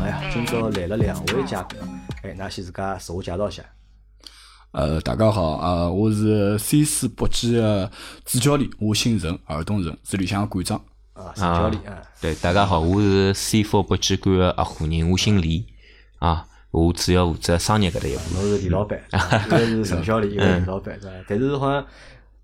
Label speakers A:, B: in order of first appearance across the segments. A: 哎呀，今朝来了两位嘉宾，哎，㑚先自家自我介绍一下。
B: 呃，大家好，呃，我是 C 四搏击的主教练，我姓陈，儿东陈，是里向的馆长。
A: 啊，沈教练，啊，
C: 对，大家好，我是 C Four 搏击馆的合伙人，我姓李啊，我主要负责商业搿搭一部分。
A: 侬是李 老板，对
C: 啊
A: 伐一个是陈教练，一个
C: 嗯
A: 是李老板，对伐？但是好像，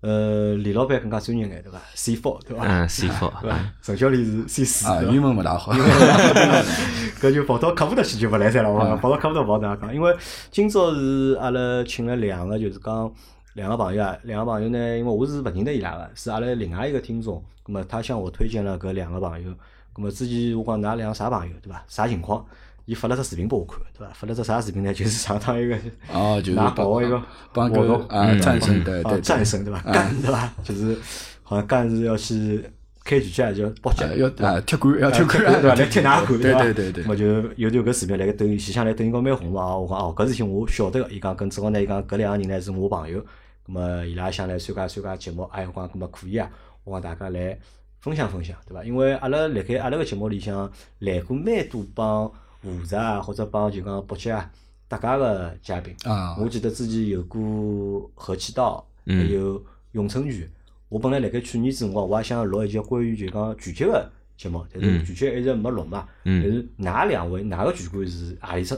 A: 呃，李老板更加专业眼，对伐？C four，对伐？
C: 嗯，C Four，
A: 对伐？陈教练是 C 四，
B: 啊，
A: 对伐
B: 英文勿大好。
A: 搿就跑到客户搭去就勿来三了，我讲跑到客户搭跑哪讲？因为今朝是阿拉请了两个，就是讲两个朋友啊，两个朋友呢，因为我是勿认得伊拉个，是阿拉另外一个听众，葛么他向我推荐了搿两个朋友，葛么之前我讲㑚两个啥朋友对伐？啥情况？伊发了只视频拨我看，对伐？发了只啥视频呢？就是上趟一个
B: 哦，就是
A: 拿
B: 帮
A: 宝一个
B: 帮
A: 活
B: 个
A: 动
B: 啊战神，对
A: 啊
B: 对
A: 战
B: 对，
A: 神对伐？干对伐？就是好像干是要去开拳击啊，就要搏击
B: 呃，要啊踢馆要踢馆
A: 对伐？来贴哪管
B: 对
A: 伐？
B: 对对对
A: 我。就有条搿视频辣盖抖音前向来抖音高蛮红嘛，我讲哦搿事体我晓得个，伊讲跟正好呢，伊讲搿两个人呢是我朋友，葛末伊拉想来参加参加节目，哎我讲葛末可以啊，我讲大家来分享分享，对伐？因为阿拉辣盖阿拉个节目里向来过蛮多帮武术啊，或者帮就讲搏击啊搭界个嘉宾，
B: 啊
A: 我记得之前有过何其道，还
C: 嗯
A: 有咏春拳。我本来辣盖去年子辰光，我也想录一集关于就讲拳击个节目，但是
C: 嗯
A: 拳击一直没录嘛。但
C: 嗯
A: 是哪两位哪个拳馆是何里只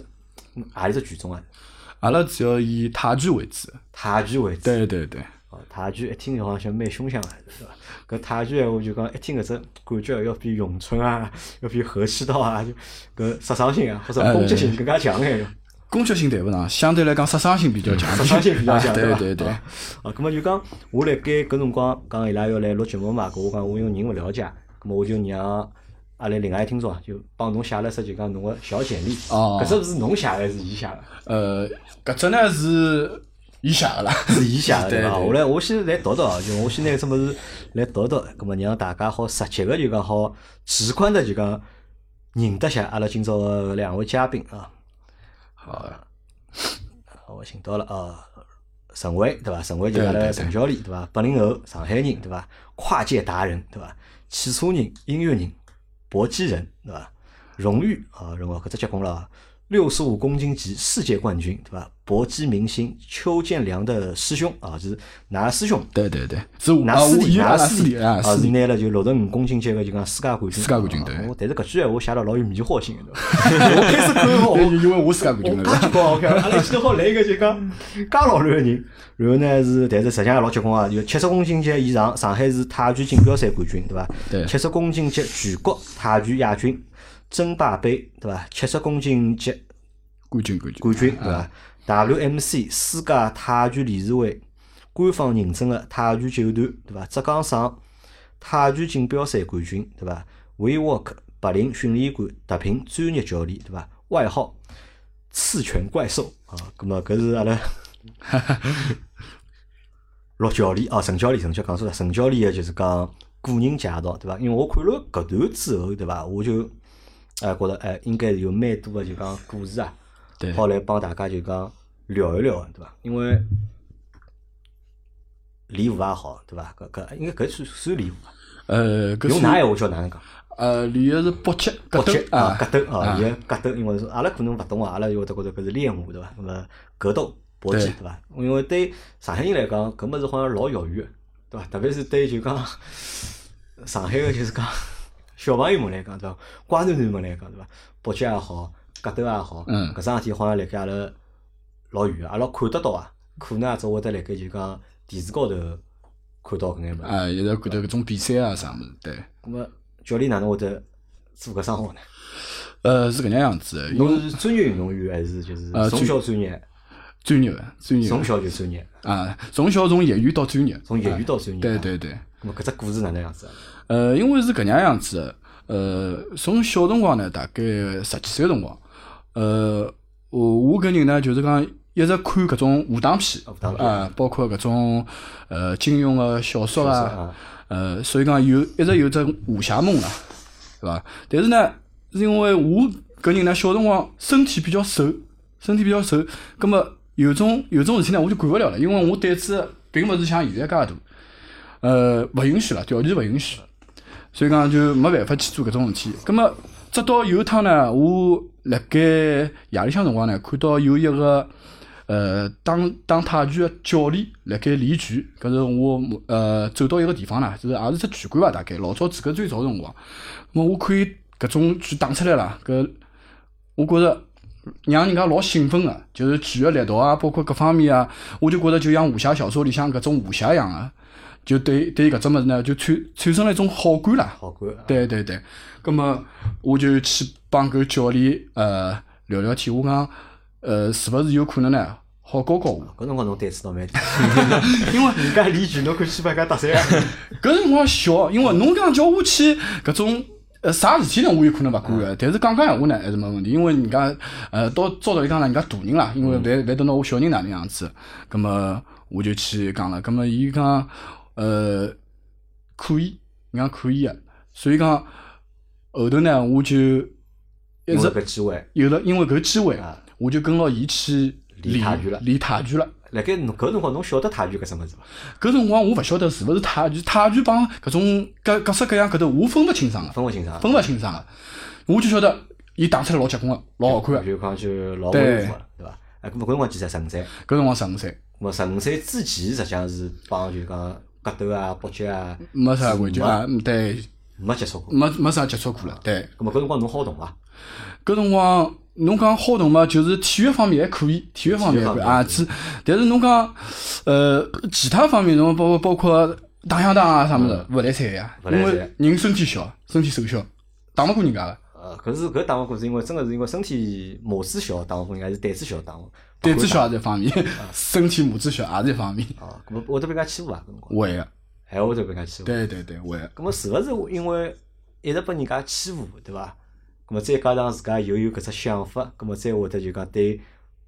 A: 何里只拳种啊？
B: 阿拉主要以泰拳为主。
A: 泰拳为主。
B: 对对对，
A: 哦，泰拳一听就好像蛮凶相个，啊是伐？搿泰拳闲话就讲一听搿只感觉要比咏春啊，要比合气道啊，就搿杀伤性啊或者攻击性更加强哎哟。
B: 攻击性谈不上，相对来讲杀伤性比较强，
A: 杀伤性 比较强
B: 啊
A: 对
B: 对
A: 吧
B: 对对，
A: 啊，葛么就讲，我辣盖搿辰光讲伊拉要来录节目嘛，搿我讲我因为人勿了解，葛么我就让阿拉另外一听众啊，就帮侬写了只就讲侬个小简历，
B: 哦
A: 搿只是侬写的还是伊写的？
B: 呃，搿只呢是伊写个啦，
A: 是伊写的
B: 对
A: 对伐？
B: 对
A: 后来我先来读读啊，就我先拿搿只物事来读读，葛么让大家好直接个就讲好直观的就讲认得下阿拉今朝个两位嘉宾啊。
B: 好，
A: 好我寻到了啊，陈伟对伐？陈伟就是阿
B: 对
A: 拉
B: 对对
A: 陈教练对伐？八零后上海人对伐？跨界达人对伐？汽车人、音乐人、搏击人对伐？荣誉啊，荣誉搿只结棍了啊，六十五公斤级世界冠军对伐？搏击明星邱建良的师兄啊，就是㑚师兄。
B: 对对对，是我
A: 拿
B: 啊，
A: 师
B: 我伊
A: 弟，
B: 拉
A: 拿
B: 师
A: 弟
B: 弟啊，师
A: 是
B: 弟，
A: 拿了就六十五公斤级个就讲世界冠军。
B: 世界冠军
A: 啊
B: 对
A: 我但是搿句闲话写了老有迷惑性 的，对伐我开始看我
B: 因为因为我自家冠军
A: 我
B: 了。
A: 介 结棍，我讲，哦阿拉记得好来一个就讲介老乱个人，然后呢是，但是实际上也老结棍啊，有七十公斤级以上，上海市泰拳锦标赛冠军，对伐？
B: 对
A: 七十公斤级全国泰拳亚军，争霸杯，对伐？七十公斤级
B: 冠军冠军
A: 冠军，对啊伐？WMC 世界泰拳理事会官方认证的泰拳九段，对伐？浙江省泰拳锦标赛冠军，对伐？WeWork 白领训练馆特聘专业教练，对伐？外号刺拳怪兽啊，葛么搿是阿 拉陆教练啊，陈教练，陈教讲错了，陈教练就是讲个人介绍，对伐？因为我看了搿段之后，对伐？我就哎觉着哎，应该是有蛮多个就讲故事啊，
B: 对
A: 好来帮大家就讲聊一聊的，对伐？因为礼物也好，对伐？搿搿应该搿算算礼物吧，
B: 呃，搿
A: 用
B: 是
A: 㑚闲话叫哪能讲？
B: 呃，里个是搏击格
A: 格
B: 斗
A: 斗啊，格斗啊，
B: 啊
A: 伊个格斗，因为是阿拉可能勿懂啊，阿拉就会得觉着搿是练武对伐？那么格斗、搏击
B: 对
A: 对伐？因为对上海人来讲，搿物事好像老遥远的，对伐？特别是对就讲上海个就是讲小朋友们来讲对伐？乖囡囡们来讲对伐？搏击也好，格斗也好，
B: 嗯
A: 搿桩事体好像辣盖阿拉老远，阿拉看得到啊，可能也只会得辣盖就讲电视高头看到搿眼物事。
B: 啊，现在看到搿种比赛啊啥物事，对，
A: 咾么教练哪能会得做搿生活呢？
B: 呃，是搿能样子的，因为
A: 侬是专业运动员还是就是
B: 呃
A: 从小专业，
B: 专业的专业
A: 从
B: 的
A: 小就专业，
B: 啊，从小从业余到专业，
A: 从业余到专业？
B: 对。对对。
A: 咁么搿只故事哪能样子啊？
B: 呃，因为是搿能样子的，呃，从小辰光呢，大概十几岁辰光，呃，我我搿人呢，就是讲一直看搿种武打片
A: 啊武打片
B: 啊，包括搿种呃金庸个小
A: 小
B: 说
A: 说
B: 啊
A: 啊，
B: 呃，所以讲有一直有只武侠梦啦，对伐？但是呢，是因为我搿人呢，小辰光身体比较瘦，身体比较瘦，葛么有种有种事体呢，我就管勿了了，因为我胆子并勿是像现在介大，呃，勿允许了，条件勿允许。所以讲就没办法去做搿种事体。葛么直到有一趟呢，我辣盖夜里向辰光呢，看到有一个呃打打太极个教练辣盖练拳，搿是我呃走到一个地方呢，就是也是只拳馆伐，大概老早自家最早辰光，咾我看搿种拳打出来了，搿我觉着让人家老兴奋个、就是拳个力道啊，包括各方面啊，我就觉着就像武侠小说里向搿种武侠一样个、就对对搿只物事呢，就产产生了一种好感啦。
A: 好看啊。
B: 对对对，咁么我就去帮搿教练呃聊聊天，我讲呃是勿是有可能呢好教教我？
A: 啊搿辰光侬胆子倒蛮大， 因为人家练拳，侬看去把人家搭 讪啊。
B: 搿辰光小，因为侬讲叫我去搿种。呃，啥事体呢？我有可能勿管
A: 嗯
B: 个，但是讲讲闲话呢，还是没问题。因为人家，呃，到照道理讲呢，人家大人啦，因为万万等到我小人哪能样子，咁么我就去讲了。咁么伊讲，呃，可以，伊讲可以个、啊所以讲后头呢，我就一
A: 因为
B: 直
A: 搿机会，
B: 有了，因为搿机会
A: 啊，
B: 我就跟牢伊去
A: 练太极了
B: 练太极了。
A: 辣盖侬搿辰光侬晓得太极搿只物事伐？
B: 搿辰光我勿晓得是勿是太极，太极帮搿种各各式各样搿头，我分勿清爽个，
A: 分勿清爽。
B: 分勿清爽个。我就晓得伊打出来老结棍个，老好看个。
A: 就讲就老威风了，对伐？哎，搿么搿辰光几岁？十五岁。
B: 搿辰光十五岁，
A: 咾么十五岁之前，实际上是帮就讲格斗啊、搏击啊，
B: 没啥感觉啊，嗯对，
A: 没接触过。
B: 没没啥接触过了。对，
A: 咾么搿辰光侬好动伐？
B: 搿辰光侬讲好动嘛，就是体育方面还可以，体育方面还可以啊。只但是侬讲，呃，其他方面侬包括包括打相打啊啥物事，勿来三呀，
A: 勿来
B: 因
A: 三
B: 为人身体小，身体手小，打勿过人家个。
A: 呃，搿是搿打勿过是因为真个是因为身体码子小打勿过人家，还是胆子小打勿过？
B: 胆子小也是一方面， 身体拇指小也是一方面。
A: 啊，搿么会得被人家欺负伐？搿辰光
B: 会个，啊
A: 还会得被人家欺负。
B: 对对对，会啊个。
A: 咁么是勿是因为一直被人家欺负，对伐？咁么再加上自家又有搿只想法，咁么再会得就讲对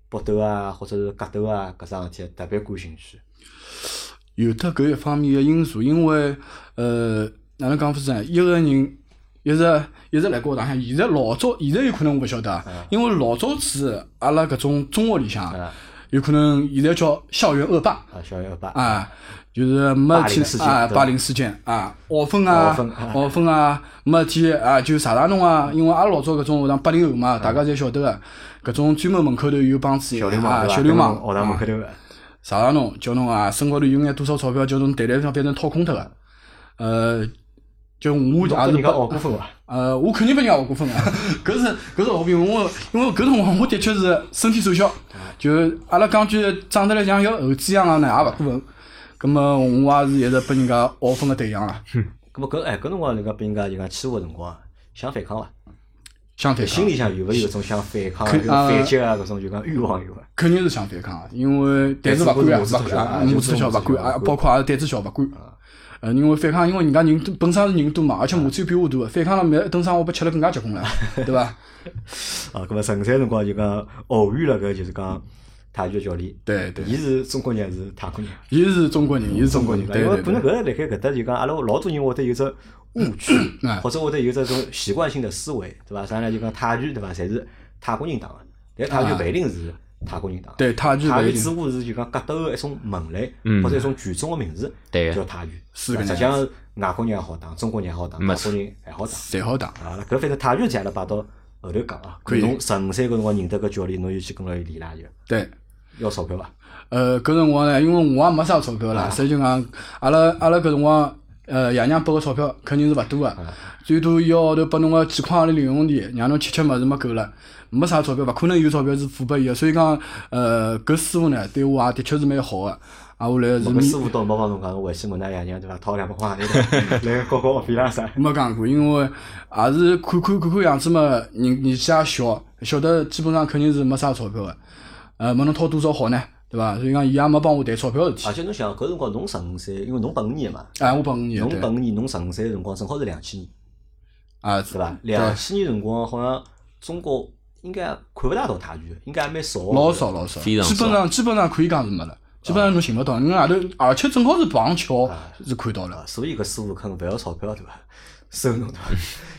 A: 搏斗啊，或者是格斗啊搿桩事体特别感兴趣。
B: 有得搿一方面个因素，因为呃，哪能讲法子呢？一个人一直一直辣高打现在老早现在有可能我勿晓得啊，因为老早子阿拉搿种中学里向
A: 啊
B: 有可能现在叫校园恶霸
A: 啊，小幺八，
B: 啊，就是没
A: 霸凌事
B: 事体
A: 件
B: 啊，
A: 对吧
B: 霸凌事件啊，傲风啊
A: 傲风啊，
B: 傲风啊，没事体啊，就查查侬啊，因为阿拉老早搿种学堂八零后嘛，大家侪晓得个，搿种专门门口头有帮子
A: 小流氓
B: 啊，
A: 对伐？
B: 小流氓，
A: 学堂门
B: 啊
A: 口头个，
B: 查查侬，叫侬啊，身高头有眼多少钞票，叫侬袋袋上变成掏空脱个。呃，就我也
A: 侬跟
B: 啊是
A: 人家
B: 不
A: 学过啊分伐？
B: 呃，我肯定被人家学过分啊！ 搿是搿是好评，我因为搿辰光我的确是身体瘦小，就阿拉讲句长得来像小猴子一样个呢，也勿过分。葛么我也是一直被人家傲分个对象啦，
A: 咁么搿哎搿辰光人家被人家就讲欺负个辰光，想反抗伐？
B: 想反
A: 心
B: 抗
A: 里向有勿有种想反抗、
B: 可
A: 有反击啊搿种就讲欲望有伐？
B: 肯定是想反抗个，啊因为胆子勿
A: 胆
B: 敢
A: 子
B: 啊，
A: 不
B: 勿
A: 是
B: 敢啊，
A: 拇
B: 拇
A: 指
B: 指
A: 小
B: 小
A: 啊
B: 勿
A: 就是拇指小
B: 敢
A: 勿，
B: 啊
A: 敢
B: 包括阿拉胆子小勿敢。呃，因为反抗，因为人家人多本身是人多嘛，而且麻醉比我大，反抗了没登山，我被吃了更加结棍了，对伐？
A: 啊，咁么十五岁辰光就讲偶遇了搿就是讲太极教练，
B: 对对，
A: 伊是中国人还是泰国人？
B: 伊是中国人，伊是中国人，对
A: 因为
B: 对
A: 可能
B: 对
A: 搿，辣盖搿搭就讲，阿拉老多人会得有只误区
B: 嗯，
A: 或者会得有这种习惯性的思维，对伐？啥呢？就讲泰拳，对伐？侪是泰国人打个，但泰拳
B: 啊
A: 勿一定是泰国人打的。
B: 对泰拳
A: 泰
B: 勿一
A: 拳
B: 定
A: 只不过是就讲格斗个一种门类，
C: 嗯
A: 或者一种拳种个名字，
C: 对个
A: 叫泰拳。
B: 啊是搿
A: 实
B: 能
A: 际上外国人也好打，中国人也好打，
C: 没
A: 外国人还好打。
B: 侪好打。
A: 啊，搿反正泰拳事体阿拉摆到后头讲啊。
B: 可以
A: 侬十五岁搿辰光认得搿教练，侬就去跟牢伊练啦，就
B: 对，
A: 要钞票伐？啊
B: 呃，搿辰光呢，因为我也没啥钞票啦，所以就讲阿拉阿拉搿辰光，呃，爷娘拨个钞票肯定是勿多
A: 啊
B: 个，最多一个号头拨侬个几块洋钿零用钿，让侬吃吃物事没够了，没啥钞票，勿可能有钞票是付拨伊个，所以讲，呃，搿师傅呢，对我也的确是蛮好个，啊，我来是
A: 搿
B: 面
A: 师傅倒没帮侬讲，回去问㑚爷娘对伐？掏两百块洋 钿来搞搞学费啦啥？
B: 没讲过，因为也是看看看看样子嘛，人年纪也小，晓得基本上肯定是没啥钞票个，呃，问侬掏多少好呢，对伐？所以讲伊也没帮我谈钞票的事
A: 而
B: 体。
A: 且侬想，搿辰光侬十五岁，因为侬八五年的嘛，
B: 哎，我八五年
A: 侬
B: 对
A: 八，五年，侬十五岁的辰光正好是两千年，
B: 啊，
A: 对伐？两千年辰光好像中国应该看勿大到泰拳，应该还蛮少。
B: 老少。老少，
C: 非常
B: 基本上基本上可以讲是没了，基本上侬寻勿到，因为外头而且正好是碰巧是看到了，
A: 啊，所以搿师傅肯勿要钞票对伐？收侬对伐？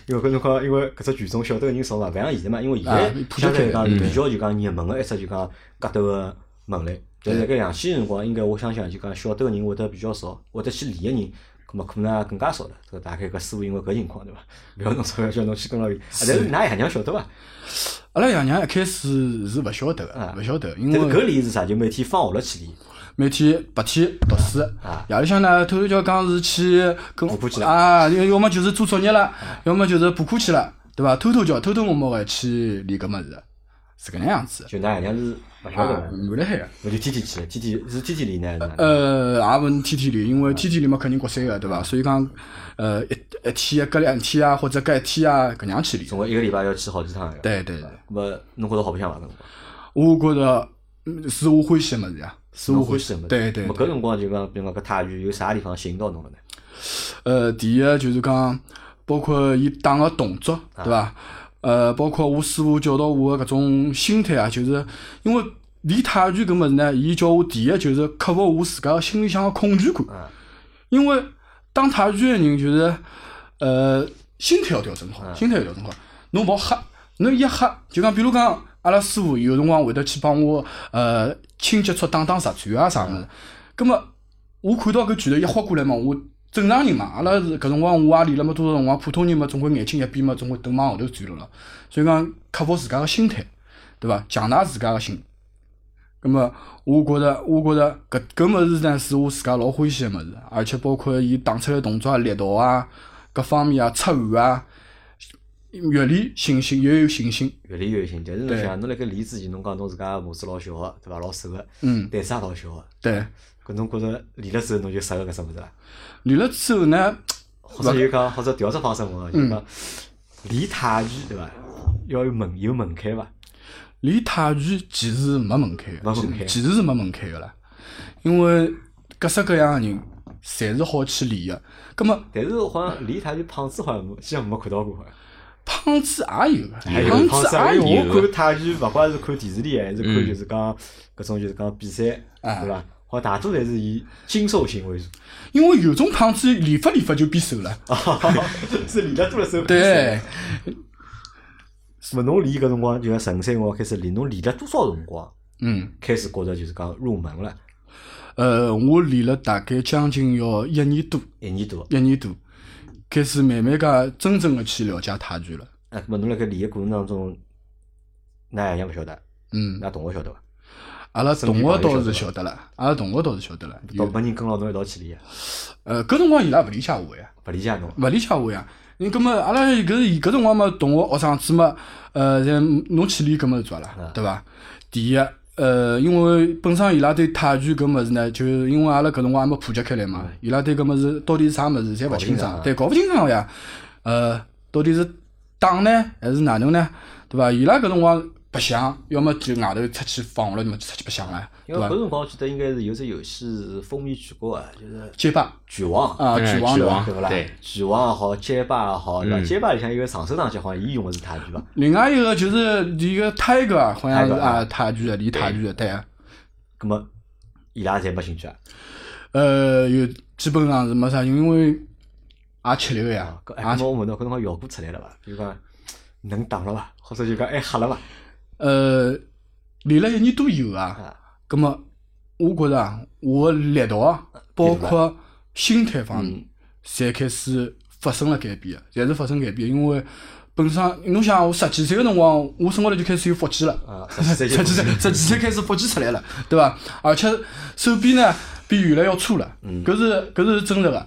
A: 因为搿辰光，因为搿只群众晓得个人少嘛，勿像现在嘛，因为现在
B: 啊普及
A: 相对来
B: 开
A: 讲比较就讲热门个一只就讲格斗个门类。但是辣盖两千年辰光，应该我想想就讲晓得个人会得比较少，会得去练个人，咁么可能也更加少了。这大概搿师傅因为搿情况对伐？勿要侬钞票叫侬先跟牢伊，啊但是㑚爷娘晓得伐？
B: 阿拉爷娘一开始是勿晓得个，勿晓得，因
A: 啊但是
B: 为
A: 搿理是啥？就每天放学了去理。
B: 每天白天读书
A: 啊，
B: 夜里向呢偷偷叫讲是去跟
A: 补课去了啊
B: 啊，要要么就是做作业了，要么就是补课去了，对伐？偷偷叫偷偷摸摸个去练搿物事，是搿能样子的。
A: 就㑚爷娘是勿晓得
B: 啊，
A: 个，
B: 蛮厉害个。
A: 我就天天去，天天是天天理呢。还是哪能，
B: 呃，也勿是天天练，因为天天练嘛肯定国三个，对伐？所以讲，呃，一一天隔两天啊，或者隔一天啊，搿样去练。
A: 总归一个礼拜要去好几趟个。
B: 对对对，
A: 咁么侬觉着好白相伐？搿辰光？
B: 我觉着嗯是我欢喜个物事呀，是我
A: 侬欢喜个物事。
B: 对对
A: 咁么
B: 对
A: 搿辰光就讲，比如讲搿泰拳有啥地方吸引到侬了呢？
B: 呃，第一个就是讲，包括伊打个动作，
A: 啊
B: 对伐？呃，包括我师傅教导我个搿种心态啊，就是因为练泰拳搿物事呢，伊叫我第一就是克服我自家心里向个恐惧感，
A: 嗯
B: 因为打泰拳个人就是，呃，心态要调整好，心态要调整好，侬勿好吓，侬一吓，就讲比如讲，阿拉师傅有辰光会得去帮我，呃，轻接触打打实战啊啥物事，葛末。我看到搿拳头一划过来嘛，我正常人嘛，阿拉是搿辰光我也练了没多少辰光，普通人嘛，总归眼睛一闭嘛，总归等往后头转了了。所以讲，克服自家个心态，对伐？强大自家个心。葛么，我觉着，我觉着搿搿物事呢，是我自家老欢喜个物事，啊而且包括伊打出来动作啊、力道啊、各方面啊、出汗啊，越练信心越有信心。
A: 越练越有劲。但是侬
B: 对
A: 想，侬辣盖练之前，侬讲侬自家拇指老小个，对伐？老瘦个，
B: 嗯，
A: 胆子也老小个。
B: 对。
A: 搿侬觉着练了之后，侬就适合搿种物事啦？
B: 练了之后呢，
A: 或者就讲，或者调只方式问哦，就是
B: 嗯
A: 讲练泰拳对伐？要有门有门槛伐？
B: 练泰拳其实是没门槛的，
A: 没门槛
B: 其实是没门槛个啦。因为各式各样的人，侪是好去练个。葛么
A: 但是好像练泰拳胖子好像没，基本没看到过。
B: 胖子也有个，
A: 有胖
B: 子
A: 子啊，
B: 也
A: 因为我
B: 有
A: 看嗯泰拳，勿管是看电视里还是看就是讲搿种就是讲比赛，
B: 啊
A: 对伐？好，大多侪是以精瘦型为主，
B: 因为有种胖子练法练法就变瘦了。
A: 啊是练了多了之后。
B: 对，
A: 咾么侬练搿辰光，就像十五岁辰光开始练，侬练了多少辰光
B: 嗯，
A: 开始觉着就是讲入门了？
B: 呃，我练了大概将近要一年多，
A: 一年多。
B: 一年多，开始慢慢介真正的去了解泰拳了。
A: 啊，咾么侬辣盖练个过程当中，㑚爷娘勿晓得，
B: 嗯，
A: 㑚同学晓得伐？
B: 阿拉
A: 身边
B: 同学
A: 朋友
B: 倒
A: 晓得
B: 是
A: 伐
B: 晓得了，阿拉同学倒是晓得了。
A: 到
B: 有
A: 没人跟牢侬一道去练啊，
B: 呃，搿辰光伊拉勿理解我呀。
A: 勿理解侬。啊
B: 勿理解我呀。你葛末阿拉搿是搿辰光嘛，同学学生子嘛，呃，侪侬去练搿物事做啦
A: 嗯，
B: 对伐？第一，呃，因为本身伊拉对泰拳搿物事呢，就是因为阿拉搿辰光还没普及开来嘛，伊拉对搿物事到底是啥物事侪勿
A: 嗯搞不清
B: 清爽
A: 爽，啊
B: 对，搞勿清爽个呀。呃，到底是打呢，还是哪能呢？对伐？伊拉搿辰光白相，要么就外头出去放学了，要么就出去白相了，
A: 因
B: 对
A: 为
B: 伐
A: 搿？辰光我记得应该是有只游戏是风靡全国个，啊就是
B: 街霸
A: 拳王
B: 啊，
C: 嗯
B: 拳王对
C: 拳
B: 伐
C: 王？
A: 对勿啦
C: 对？
A: 拳王也好，街霸也好，对伐？
C: 嗯
A: 街霸里向有个长手长脚，好像伊用个是泰拳伐？
B: 另外一个就是一个 Tiger，啊好像是
A: Tiger，啊
B: 啊，泰拳的，练泰拳的，对啊。
A: 葛么伊拉侪没兴趣啊？
B: 呃，有基本上是没啥用，因为也吃力个呀
A: 啊，搿，哎，
B: 也
A: 搿么我问侬搿辰光效果出来了伐？比如讲能打了伐？或者就讲还哎吓了伐？
B: 呃，练了一年多以后啊
A: 啊，
B: 葛么我觉着啊，我的力道啊，包括心态方面，侪开始发生了改变，侪是发生改变，因为本身侬想我十几岁个辰光，我身高头就开始有腹肌了。
A: 啊， 实际
B: 十几岁，十几岁开始腹肌出来了，对伐？而且手臂呢比原来要粗了，搿是搿是真实个，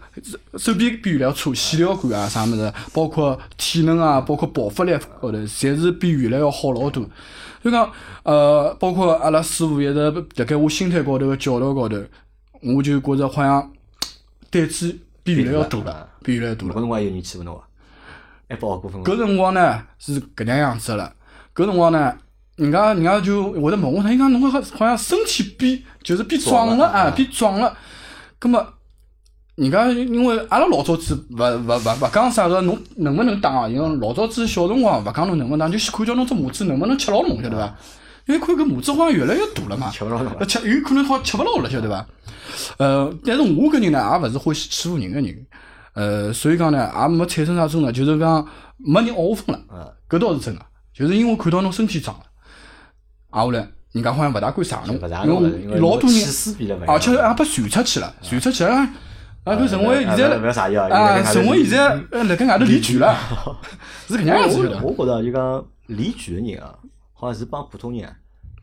B: 手臂比原来要粗，线条感啊啥物事，包括体能啊，包括爆发力高头，侪是比原来要好老多。就讲呃，包括阿拉师傅一直辣盖我心态高头个教导高头，我就觉着好像胆子比原来要大了，比原来要大
A: 搿
B: 了。
A: 辰光有人欺负侬伐？啊还不好过分伐
B: 搿辰光呢是搿能样子了，搿辰光呢，人家人家就会得问我，伊讲侬好好像身体变就是变
A: 壮
B: 壮了
A: 了
B: 啊，
A: 啊
B: 变壮了。葛么，人家因为阿拉老早子勿勿勿勿讲啥个侬能勿能打啊，因为老早子小辰光勿讲侬能勿能打，就先看叫侬只拇指能勿能吃牢侬，晓得伐？因为看搿拇指好像越来越大了嘛，
A: 吃勿牢侬伐
B: 那嗯吃有可能好像吃勿牢了，晓得伐？呃，但是我搿人呢，也勿是欢喜欺负人个人，呃，所以讲呢，也没产生啥争论，就是讲没人咬我疯了，
A: 啊，
B: 搿倒是真个，就是因为看到侬身体壮了，挨下来人家好像勿大敢啥侬
A: 勿大，
B: 因
A: 侬勿是因
B: 为
A: 为
B: 老多
A: 气
B: 人，啊
A: 势比了勿一样啊
B: 而且也被传出去了，传出去了，啊，搿陈伟现
A: 勿要
B: 在
A: 啥药
B: 啊，陈伟现在呃辣盖外头离 局了，是搿能样子的
A: 哎我。我觉着就讲离局的人啊，好像是帮普通人啊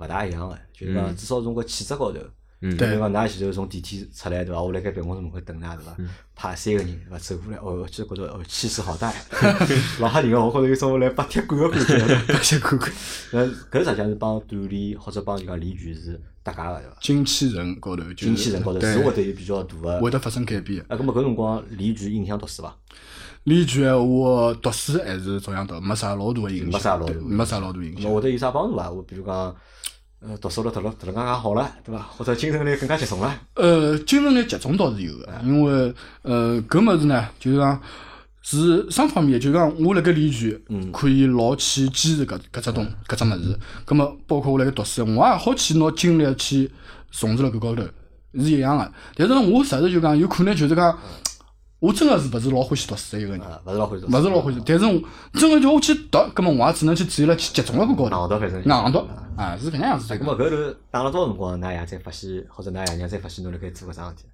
A: 勿大一样的，就是讲至少从搿气质高头。
C: 嗯
A: 比如讲，㑚前头从电梯出来对伐？我辣盖办公室门口等㑚对伐？派三个人对伐？走过来，哦，我就觉着哦，气势好大 呀，老吓人个，我觉着有种来八铁杆个感觉。
B: 先看 看
A: 呃，搿实际上是帮锻炼或者帮就讲离局是搭界个对伐？
B: 精气神高头就是，
A: 精气神高头
B: 对
A: 是会得有比较大个。
B: 会得发生改变。
A: 啊，葛末搿辰光离局影响读书伐？
B: 理句闲话，读书还是照样读，没啥老大的影响，
A: 没啥老大的
B: 对没啥老大的影
A: 葛
B: 响
A: 末。会得有啥帮助伐？啊我比如讲，呃，读书了读了读了更加好了，对伐？或者精神力更加集中了。
B: 呃，精神力集中倒是有的，因为呃，搿物事呢，就是讲是双方面，就是讲我辣盖练拳，
A: 嗯
B: 可以老去坚持搿搿只东搿只物事。葛末包括我辣盖读书，我也好去拿精力去重视辣搿高头，是一样的。但是呢我实事就讲，有可能就是讲，我真的是勿是老欢喜读书的一个人，
A: 啊，勿是老欢喜读书，
B: 勿是老欢喜。但是我真的叫我去读，葛末我也只能去注意了去集中辣搿高头，
A: 硬读反正。
B: 硬读啊，是搿能样子的。
A: 葛末搿头打了多少辰光，㑚爷才发现，或者㑚爷娘才发现侬辣盖做搿桩事体？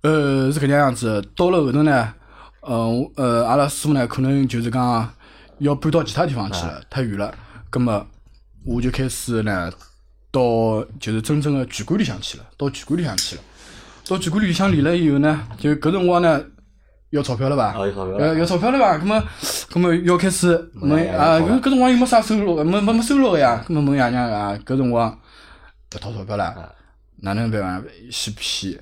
B: 呃，是搿能样子的。到了后头呢，呃我呃，阿拉师傅呢，可能就是讲要搬到其他地方去了，太远了。葛么，我就开始呢，到就是真正的拳馆里向去了，到拳馆里向去了。到拳馆里向练了以后呢，就搿辰光呢，要钞票了吧？
A: 哦要钞票了
B: 要要钞票了吧？葛么，葛么要开始问
A: 爷
B: 啊，
A: 娘讨了
B: 搿搿辰呃光又没啥收入，没没没收入个呀。葛么问爷娘啊，搿辰光勿掏钞票了，哪能办啊？先骗。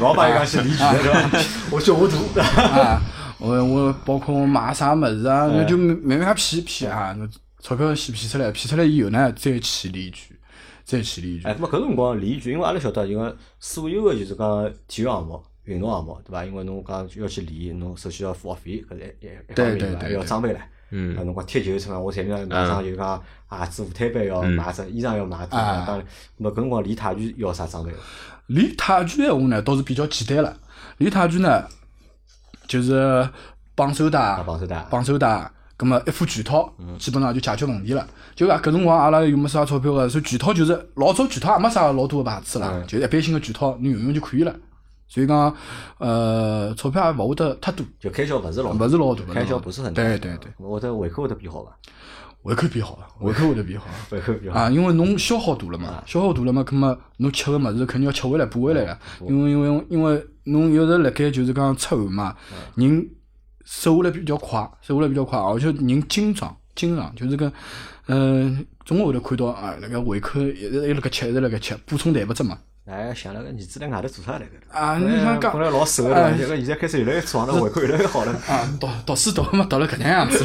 A: 老板也讲是离职了，是吧？我叫我图，
B: 啊，我我包括我买啥么子啊，那就慢慢骗骗啊，那钞票先骗出来，骗出来以后呢，再去练拳，再去练
A: 哎，
B: 拳。
A: 那么搿辰光离局，因为阿拉晓得，因为所有个就是讲体育项目、运动项目，对伐？因为侬讲要去练，侬首先要付学费，搿是一一一方
B: 对
A: 面
B: 对
A: 伐？
B: 对
A: 还要
B: 对
A: 装备唻。
C: 嗯
A: 啊，侬讲踢球什么，我前面马上就讲啊鞋子、舞台板要买只，衣裳要买只，
B: 嗯啊
A: 当然，那么搿辰光练泰拳要啥装备？
B: 练泰拳闲话呢，倒是比较简单了。练泰拳呢，就是绑手带
A: 啊，、绑手带。
B: 绑手带，葛么一副拳套，基本上就解决问题了。就讲搿辰光阿拉又没啥钞票个，所以拳套就是老早拳套也没啥老多个牌子啦，
A: 嗯
B: 就一般性个拳套，侬用用就可以了。所以讲，呃，钞票也勿会得太多。
A: 就开销勿是老大，
B: 勿是老大，
A: 开销不是很大。
B: 对对对，
A: 我的胃口会得变好伐？
B: 胃口变好了，胃口会得变好了。
A: 胃口变好。
B: 啊，因为侬消耗大了嘛，消耗大了嘛，葛么侬吃个物事肯定要吃回来补回来个，因为因为因为侬有时辣盖就是讲出汗嘛，人瘦下来比较快，瘦下来比较快，而且人精壮精壮，就是讲，呃，总会得看到啊，那个胃口一直一直辣盖吃，一直辣盖吃，补充蛋白质嘛，
A: 哎，想了个儿子在外头做啥来着？
B: 啊你想讲
A: 本来老瘦个，
B: 哎
A: 对伐？现在开始越来越壮了，胃口越来越好了。
B: 啊，读读书读嘛读了搿能样子，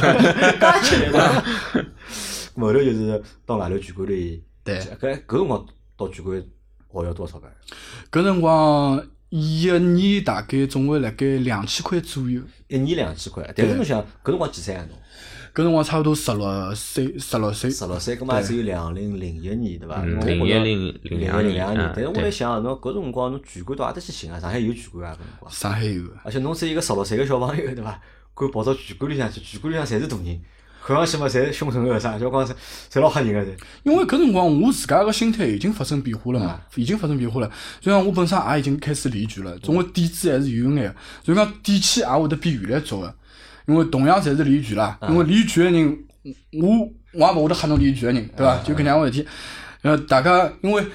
A: 后头就是到外头拳馆里，
B: 对
A: 搿搿辰光到拳馆学要多少钞票？
B: 搿辰光一年大概总归辣盖两千块左右。
A: 一年两千块，但是侬想搿辰光几岁啊侬？
B: 搿辰光差勿多十六岁，十六岁，
A: 十六岁，搿嘛只有两零零一年对伐？
C: 嗯
A: 因为我觉得
C: 01零
A: 零
C: 02
A: 零两
C: 年
A: 但是我
C: 嗯
A: 来想，啊侬搿辰光侬拳馆到阿搭去寻啊？上海有拳馆啊搿辰光，
B: 上海有个。
A: 而且侬只有一个十六岁个小朋友对伐？敢跑到拳馆里向去，拳馆里向侪是大人，看上去嘛侪凶神恶煞，就讲是侪老吓人个侪。
B: 因为搿辰光我自家个心态已经发生变化了嘛
A: 啊，
B: 已经发生变化了。所以讲我本身也已经开始离局了，总归底子还是有眼，所以讲底气也会得比原来足个。因为同样侪是离局啦，因为离局个人，我我也勿会得吓侬离局个人，对伐？就搿两回事体。呃，大家因为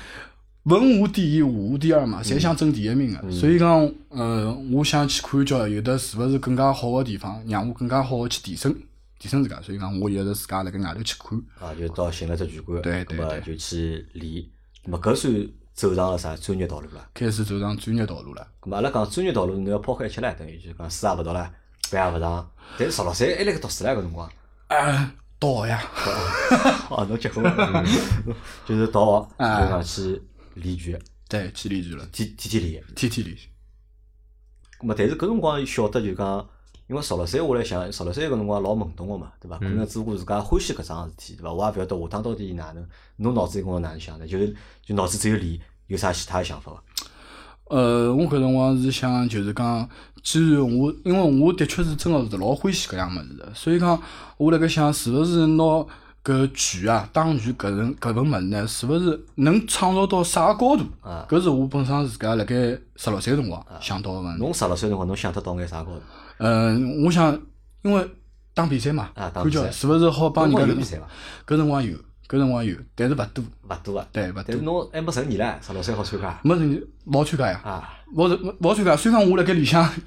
B: 文无第一，武无第二嘛，侪想争第一名个，所以讲，呃，我想去看叫有的是勿是更加好个地方，让我更加好个去提升提升自家。所以讲，我一直自家辣盖外头去看。
A: 啊，就到寻了只拳馆，
B: 对对
A: 那么就去练，那么搿算走上了啥专业道路啦？
B: 开始走上专业道路了。
A: 咁嘛啊阿拉讲专业道路，侬要抛开一切唻，等于就是讲书也勿读了，班也勿上，但是十六岁还辣盖读书唻搿辰光，
B: 啊，到呀！
A: 哦，侬结婚了， 就是到学，
B: 啊
A: 就讲去练拳，
B: 对，去练拳了，
A: 天天天练。
B: 天天练。
A: 咁啊么，但是搿辰光晓得就讲，因为十六岁我来想，十六岁搿辰光老懵懂个嘛，对伐？可能只不过自家欢喜搿桩事体，对伐？我也勿晓得下趟到底哪能，侬脑子里光哪能想的？就是就脑子只有练，有啥其他的想法伐？
B: 呃，我搿辰光是想，就是讲，既然我，因为我的确是真个是老欢喜搿样物事的，所以讲，我辣盖想，是勿是拿搿拳啊，打拳搿份搿份物事呢，是勿是能创造到啥高度？
A: 啊
B: 搿是我本身自家辣盖十六岁辰光想到个问题。
A: 侬十六岁辰光，侬想得到眼啥高头？
B: 嗯，我想，因为打比赛嘛，
A: 啊打
B: 看
A: 比
B: 叫
A: 赛
B: 是勿是好帮
A: 辰
B: 人
A: 光
B: 家
A: 有比赛伐？
B: 搿辰光有，搿辰光有，但是勿多，
A: 勿多啊。
B: 对勿
A: 但是
B: 多，
A: 侬还没成年唻，十六岁好参加
B: 没人冇参加呀。
A: 啊。
B: 勿是勿参加，虽然我辣盖里向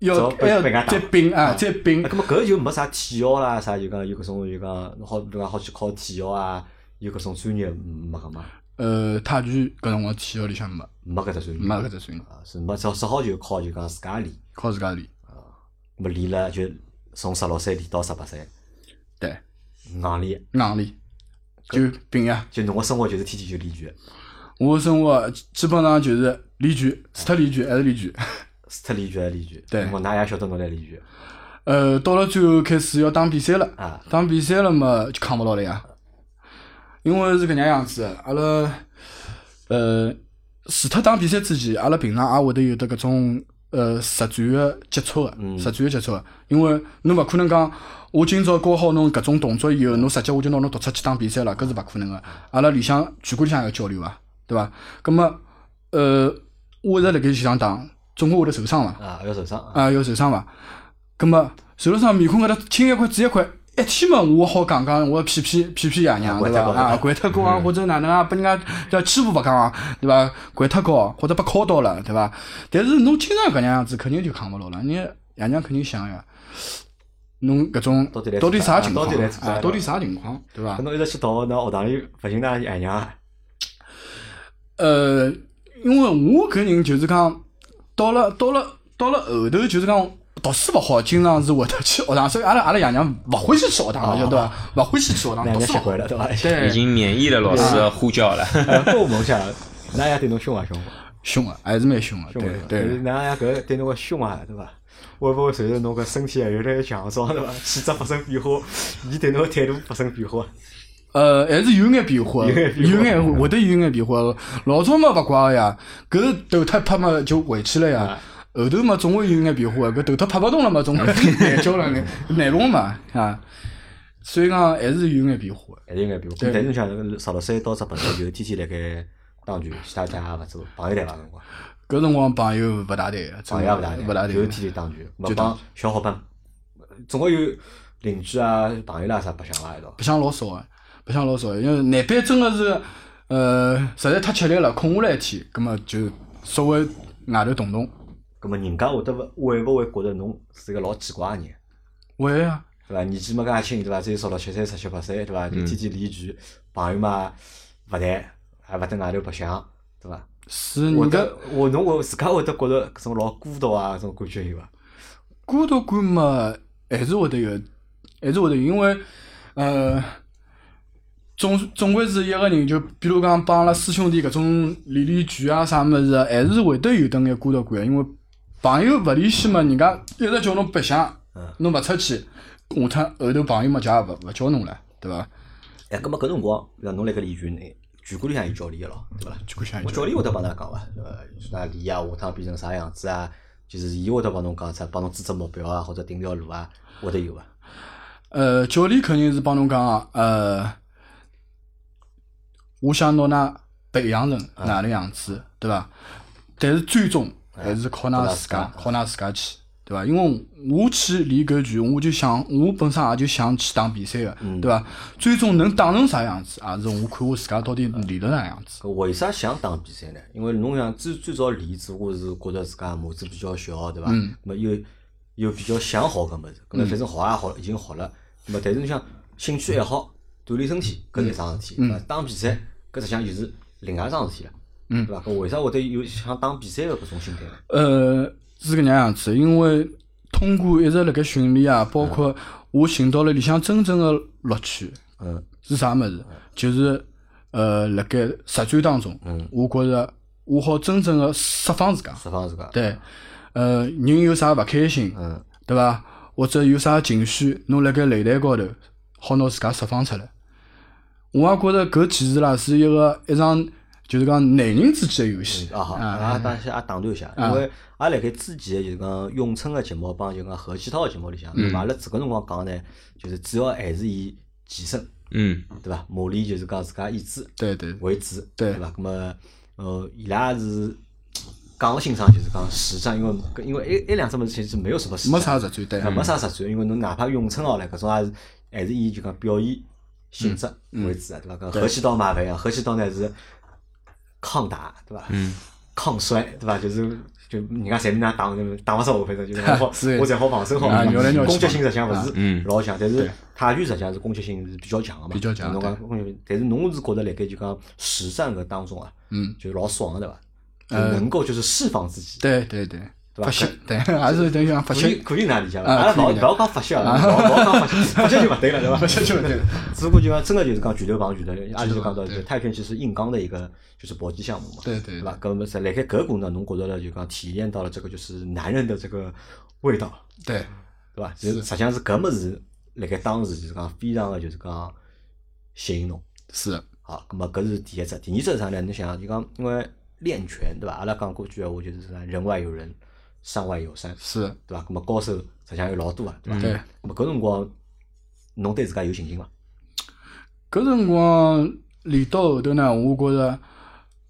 B: 要
A: 早被
B: 要
A: 被人家打
B: 要再并啊，再并
A: 那，么嗯搿就没啥体育啦，啥就讲有搿种就讲侬好比如讲好去考体育啊，有搿种专业没搿嘛，
B: 呃，泰拳搿辰光体育里向没
A: 没搿只专业，
B: 没搿只专业，
A: 啊，是没只只好就靠就讲自家练，
B: 靠自家练。
A: 么练了就从十六岁练到十八岁，
B: 对，
A: 硬练，
B: 硬练就并呀。
A: 就侬个生活就是天天就练拳，
B: 我的生活基本上就是练拳，除脱练拳还是练拳。
A: 除脱练拳练拳，
B: 对
A: 我哪也晓得侬在练拳
B: 呃，到了最后开始要打比赛了，
A: 啊，
B: 打比赛了嘛就扛勿牢了呀。因为是搿能样子的，阿拉呃，除脱打比赛之前，阿拉平常也会得有得搿种呃实战个接触个，实战个接触个。因为侬勿可能讲，我今朝教好侬搿种动作以后，侬直接我就拿侬读出去打比赛了，搿是勿可能个。阿拉里向全国里向有交流啊，对伐？葛么呃，我一直辣盖现场打，总归会得受伤伐？
A: 啊要受伤啊，
B: 啊，要受伤伐？葛么受了伤，面孔搿搭青一块紫一块，一天嘛，我好讲讲，我屁屁屁屁爷娘
A: 掼
B: 对
A: 脱
B: 伐？
A: 高
B: 啊，掼脱高啊，或者哪能啊，拨人家叫欺负勿讲啊，对伐？掼脱高，啊或者被敲到了，对伐？但是侬经常搿能样子，肯定就扛勿牢了。人家爷娘肯定想呀，侬搿种
A: 到底来
B: 到底
A: 做啥
B: 啥
A: 啊
B: 情况
A: 到底来做啥
B: 啊？到底啥情况，对伐
A: 搿？侬一直去到那学堂里勿寻㑚爷娘啊，
B: 呃，因为我搿人就是讲，到了到了到了后头就是讲。读书勿好，经常是会得去学堂，所以阿拉阿拉爷娘勿欢喜去学堂，
A: 哦
B: 晓得伐？勿欢喜去学堂，
A: 那
B: 读
A: 人家
B: 书
A: 习
B: 勿好
A: 惯。了对伐？
C: 已
B: 对，
C: 经免疫了老师的呼叫了。
A: 哎，跟我问一下，㑚爷对侬凶伐凶伐？
B: 凶个，还是蛮凶个。
A: 凶
B: 对
A: 啊，但是
B: 对，
A: 㑚爷搿对侬个凶啊，对伐？会勿会随着侬个身体啊越来越强壮，对伐？ 气质发生变化，伊对侬个态度发生变化。
B: 呃，还是有眼变化，
A: 有眼变化
B: 有眼会得有眼变化。老早嘛勿怪个呀，搿头脱拍嘛就回去了呀。
A: 啊
B: 后头嘛总会有眼变化，搿头脱拍勿动了 嘛，总会难教了眼难弄嘛啊。所以讲还是有眼变化。
A: 还是有眼变化。
B: 对
A: 但是侬想，十六岁到十八岁就是天天辣盖打拳，其他家也勿做，朋友谈伐辰光，
B: 搿辰光朋友勿大对，
A: 朋友也勿
B: 真
A: 大
B: 的
A: 谈，
B: 勿大
A: 就是天天打拳，没
B: 就打
A: 帮小伙伴，总归有邻居啊、朋友啦啥白相啦一道。
B: 白相老少个，白相老少啊的，因为难班真个是，呃，实在太吃力了，空下来一天，葛么就稍微外头动动。
A: 葛么人家会得勿会勿会觉着侬是一个老奇怪个人？
B: 会啊，
A: 对伐？年纪没介轻，对伐？只有十六七岁、十七八岁，对伐？就天天练拳，朋友嘛勿谈，还勿登外头白相，对伐？
B: 是
A: 会
B: 人家
A: 得我侬会自家会得觉着搿种老孤独啊，搿种感觉有伐？
B: 孤独感嘛，还是会得有，还是会得有，因为呃，总总归是一个人，就比如讲帮阿拉师兄弟搿种练练拳啊啥物事，还是会得有得眼孤独感的，因为朋友勿联系嘛，人家一直叫侬白相
A: 嗯，
B: 侬勿出去，下趟后头朋友嘛就也勿勿叫侬了，对伐？
A: 哎，葛末搿辰光，像侬辣盖练拳，哎拳馆里向有教练个咯，对伐？
B: 就搿想一
A: 我
B: 句
A: 教练会得帮㑚讲伐？对伐？就㑚练啊，下趟变成啥样子啊？就是伊会得帮侬讲出，帮侬指只目标啊，或者定条路啊，会得有伐？
B: 呃，教练肯定是帮侬讲啊，呃，我想拿㑚培养成
A: 啊
B: 哪能样子，对伐？但是最终还是靠
A: 哎靠
B: 㑚
A: 㑚
B: 自
A: 自
B: 家
A: 家，
B: 靠㑚自家去，对伐？因为我去练搿拳，我就想，我本身也就想去打比赛个，
A: 嗯
B: 对伐？最终能打成啥样子，也是我看我自家到底练得哪样子。
A: 搿为啥想打比赛呢？因为侬想最最早练，只不过是觉着自家码子比较小，对伐？么又又比较想好搿物事，搿么反正学也好，已经学了。咾么但是侬想兴趣爱好锻炼身体，搿是一桩事体，对伐？打比赛搿实际上又是另外一桩事体了，对伐？搿为啥会得有想打比赛个搿种心态呢？
B: 呃，是搿能样子，因为通过一直辣盖训练
A: 嗯
B: 啊，包括我寻到了里向真正个乐趣。
A: 嗯，
B: 是啥物事？就是呃，辣盖实战当中，
A: 嗯
B: 我觉着我好真正的释放自家。
A: 释放自家，
B: 对，呃，人有啥勿开心，
A: 嗯
B: 对伐？或者有啥情绪，侬辣盖擂台高头好拿自家释放出来。我也觉着搿其实啦是一个一场就是讲男人之间的游戏
A: 啊好，啊，当先也打断一下，因为阿拉辣盖之前就是讲咏春个节目嗯帮就讲何其涛个节目里向，对伐？阿拉这个辰光讲呢，就是主要还是以健身
C: 嗯
A: 对伐？磨练就是讲自家意志
B: 对对
A: 为主，
B: 对
A: 伐？那么呃，伊拉是讲个清爽，就是讲实战，因为因为埃埃两只物事其实没有什么实
B: 没
A: 战，
B: 啥实战对
A: 啊，没啥实战，因为侬哪怕咏春哦来搿种也是还是以就讲表演性质为主啊，对伐？搿
B: 嗯对
A: 合气道嘛勿一样，合气道呢是抗打，对伐？
C: 嗯，
A: 抗摔，对伐？就是就人家侪能拿打，打勿死我，反正 就是我好，
B: 是
A: 我侪好防身好
B: 啊绕来绕，去
A: 攻击性实际上勿是
C: 嗯
A: 老强，但是
B: 对
A: 泰拳实际上是攻击性是比较强个嘛，
B: 比较强
A: 侬讲攻击性，但是侬是觉着辣盖就讲实战搿当中啊，
B: 嗯，
A: 就是老爽个对伐？就
B: 呃
A: 能够就是释放自己，
B: 对对对，
A: 对吧
B: 发泄，对， 还是等于讲发
A: 可以
B: 泄，
A: 可以哪理解伐？
B: 啊
A: 阿拉勿
B: 可
A: 好
B: 以
A: 勿
B: 的
A: 要讲发泄啊，勿好勿好讲发泄， 发泄就勿对了，对伐？
B: 发泄就对了。
A: 只不过就讲真个就是讲拳头防拳头，阿拉就讲到就
B: 对
A: 是泰拳其实硬刚的一个就是搏击项目嘛，
B: 对对
A: 对吧？搿么在辣盖搿股呢，侬觉着了就讲体验到了这个就是男人的这个味道，
B: 对
A: 对吧？就是实际上是搿么事辣盖当时就是讲非常的就是讲吸引侬。
B: 是，
A: 好，咁么搿是第一只，第二只是啥呢？侬想，就讲因为练拳对伐？阿拉讲过句闲话就是啥，人外有人，山外有山，
B: 是
A: 对伐？咁么高手实际上有老多啊，对伐？
B: 对。
A: 咁么搿辰光，侬对自家有信心伐？
B: 搿辰光练到后头呢，我觉着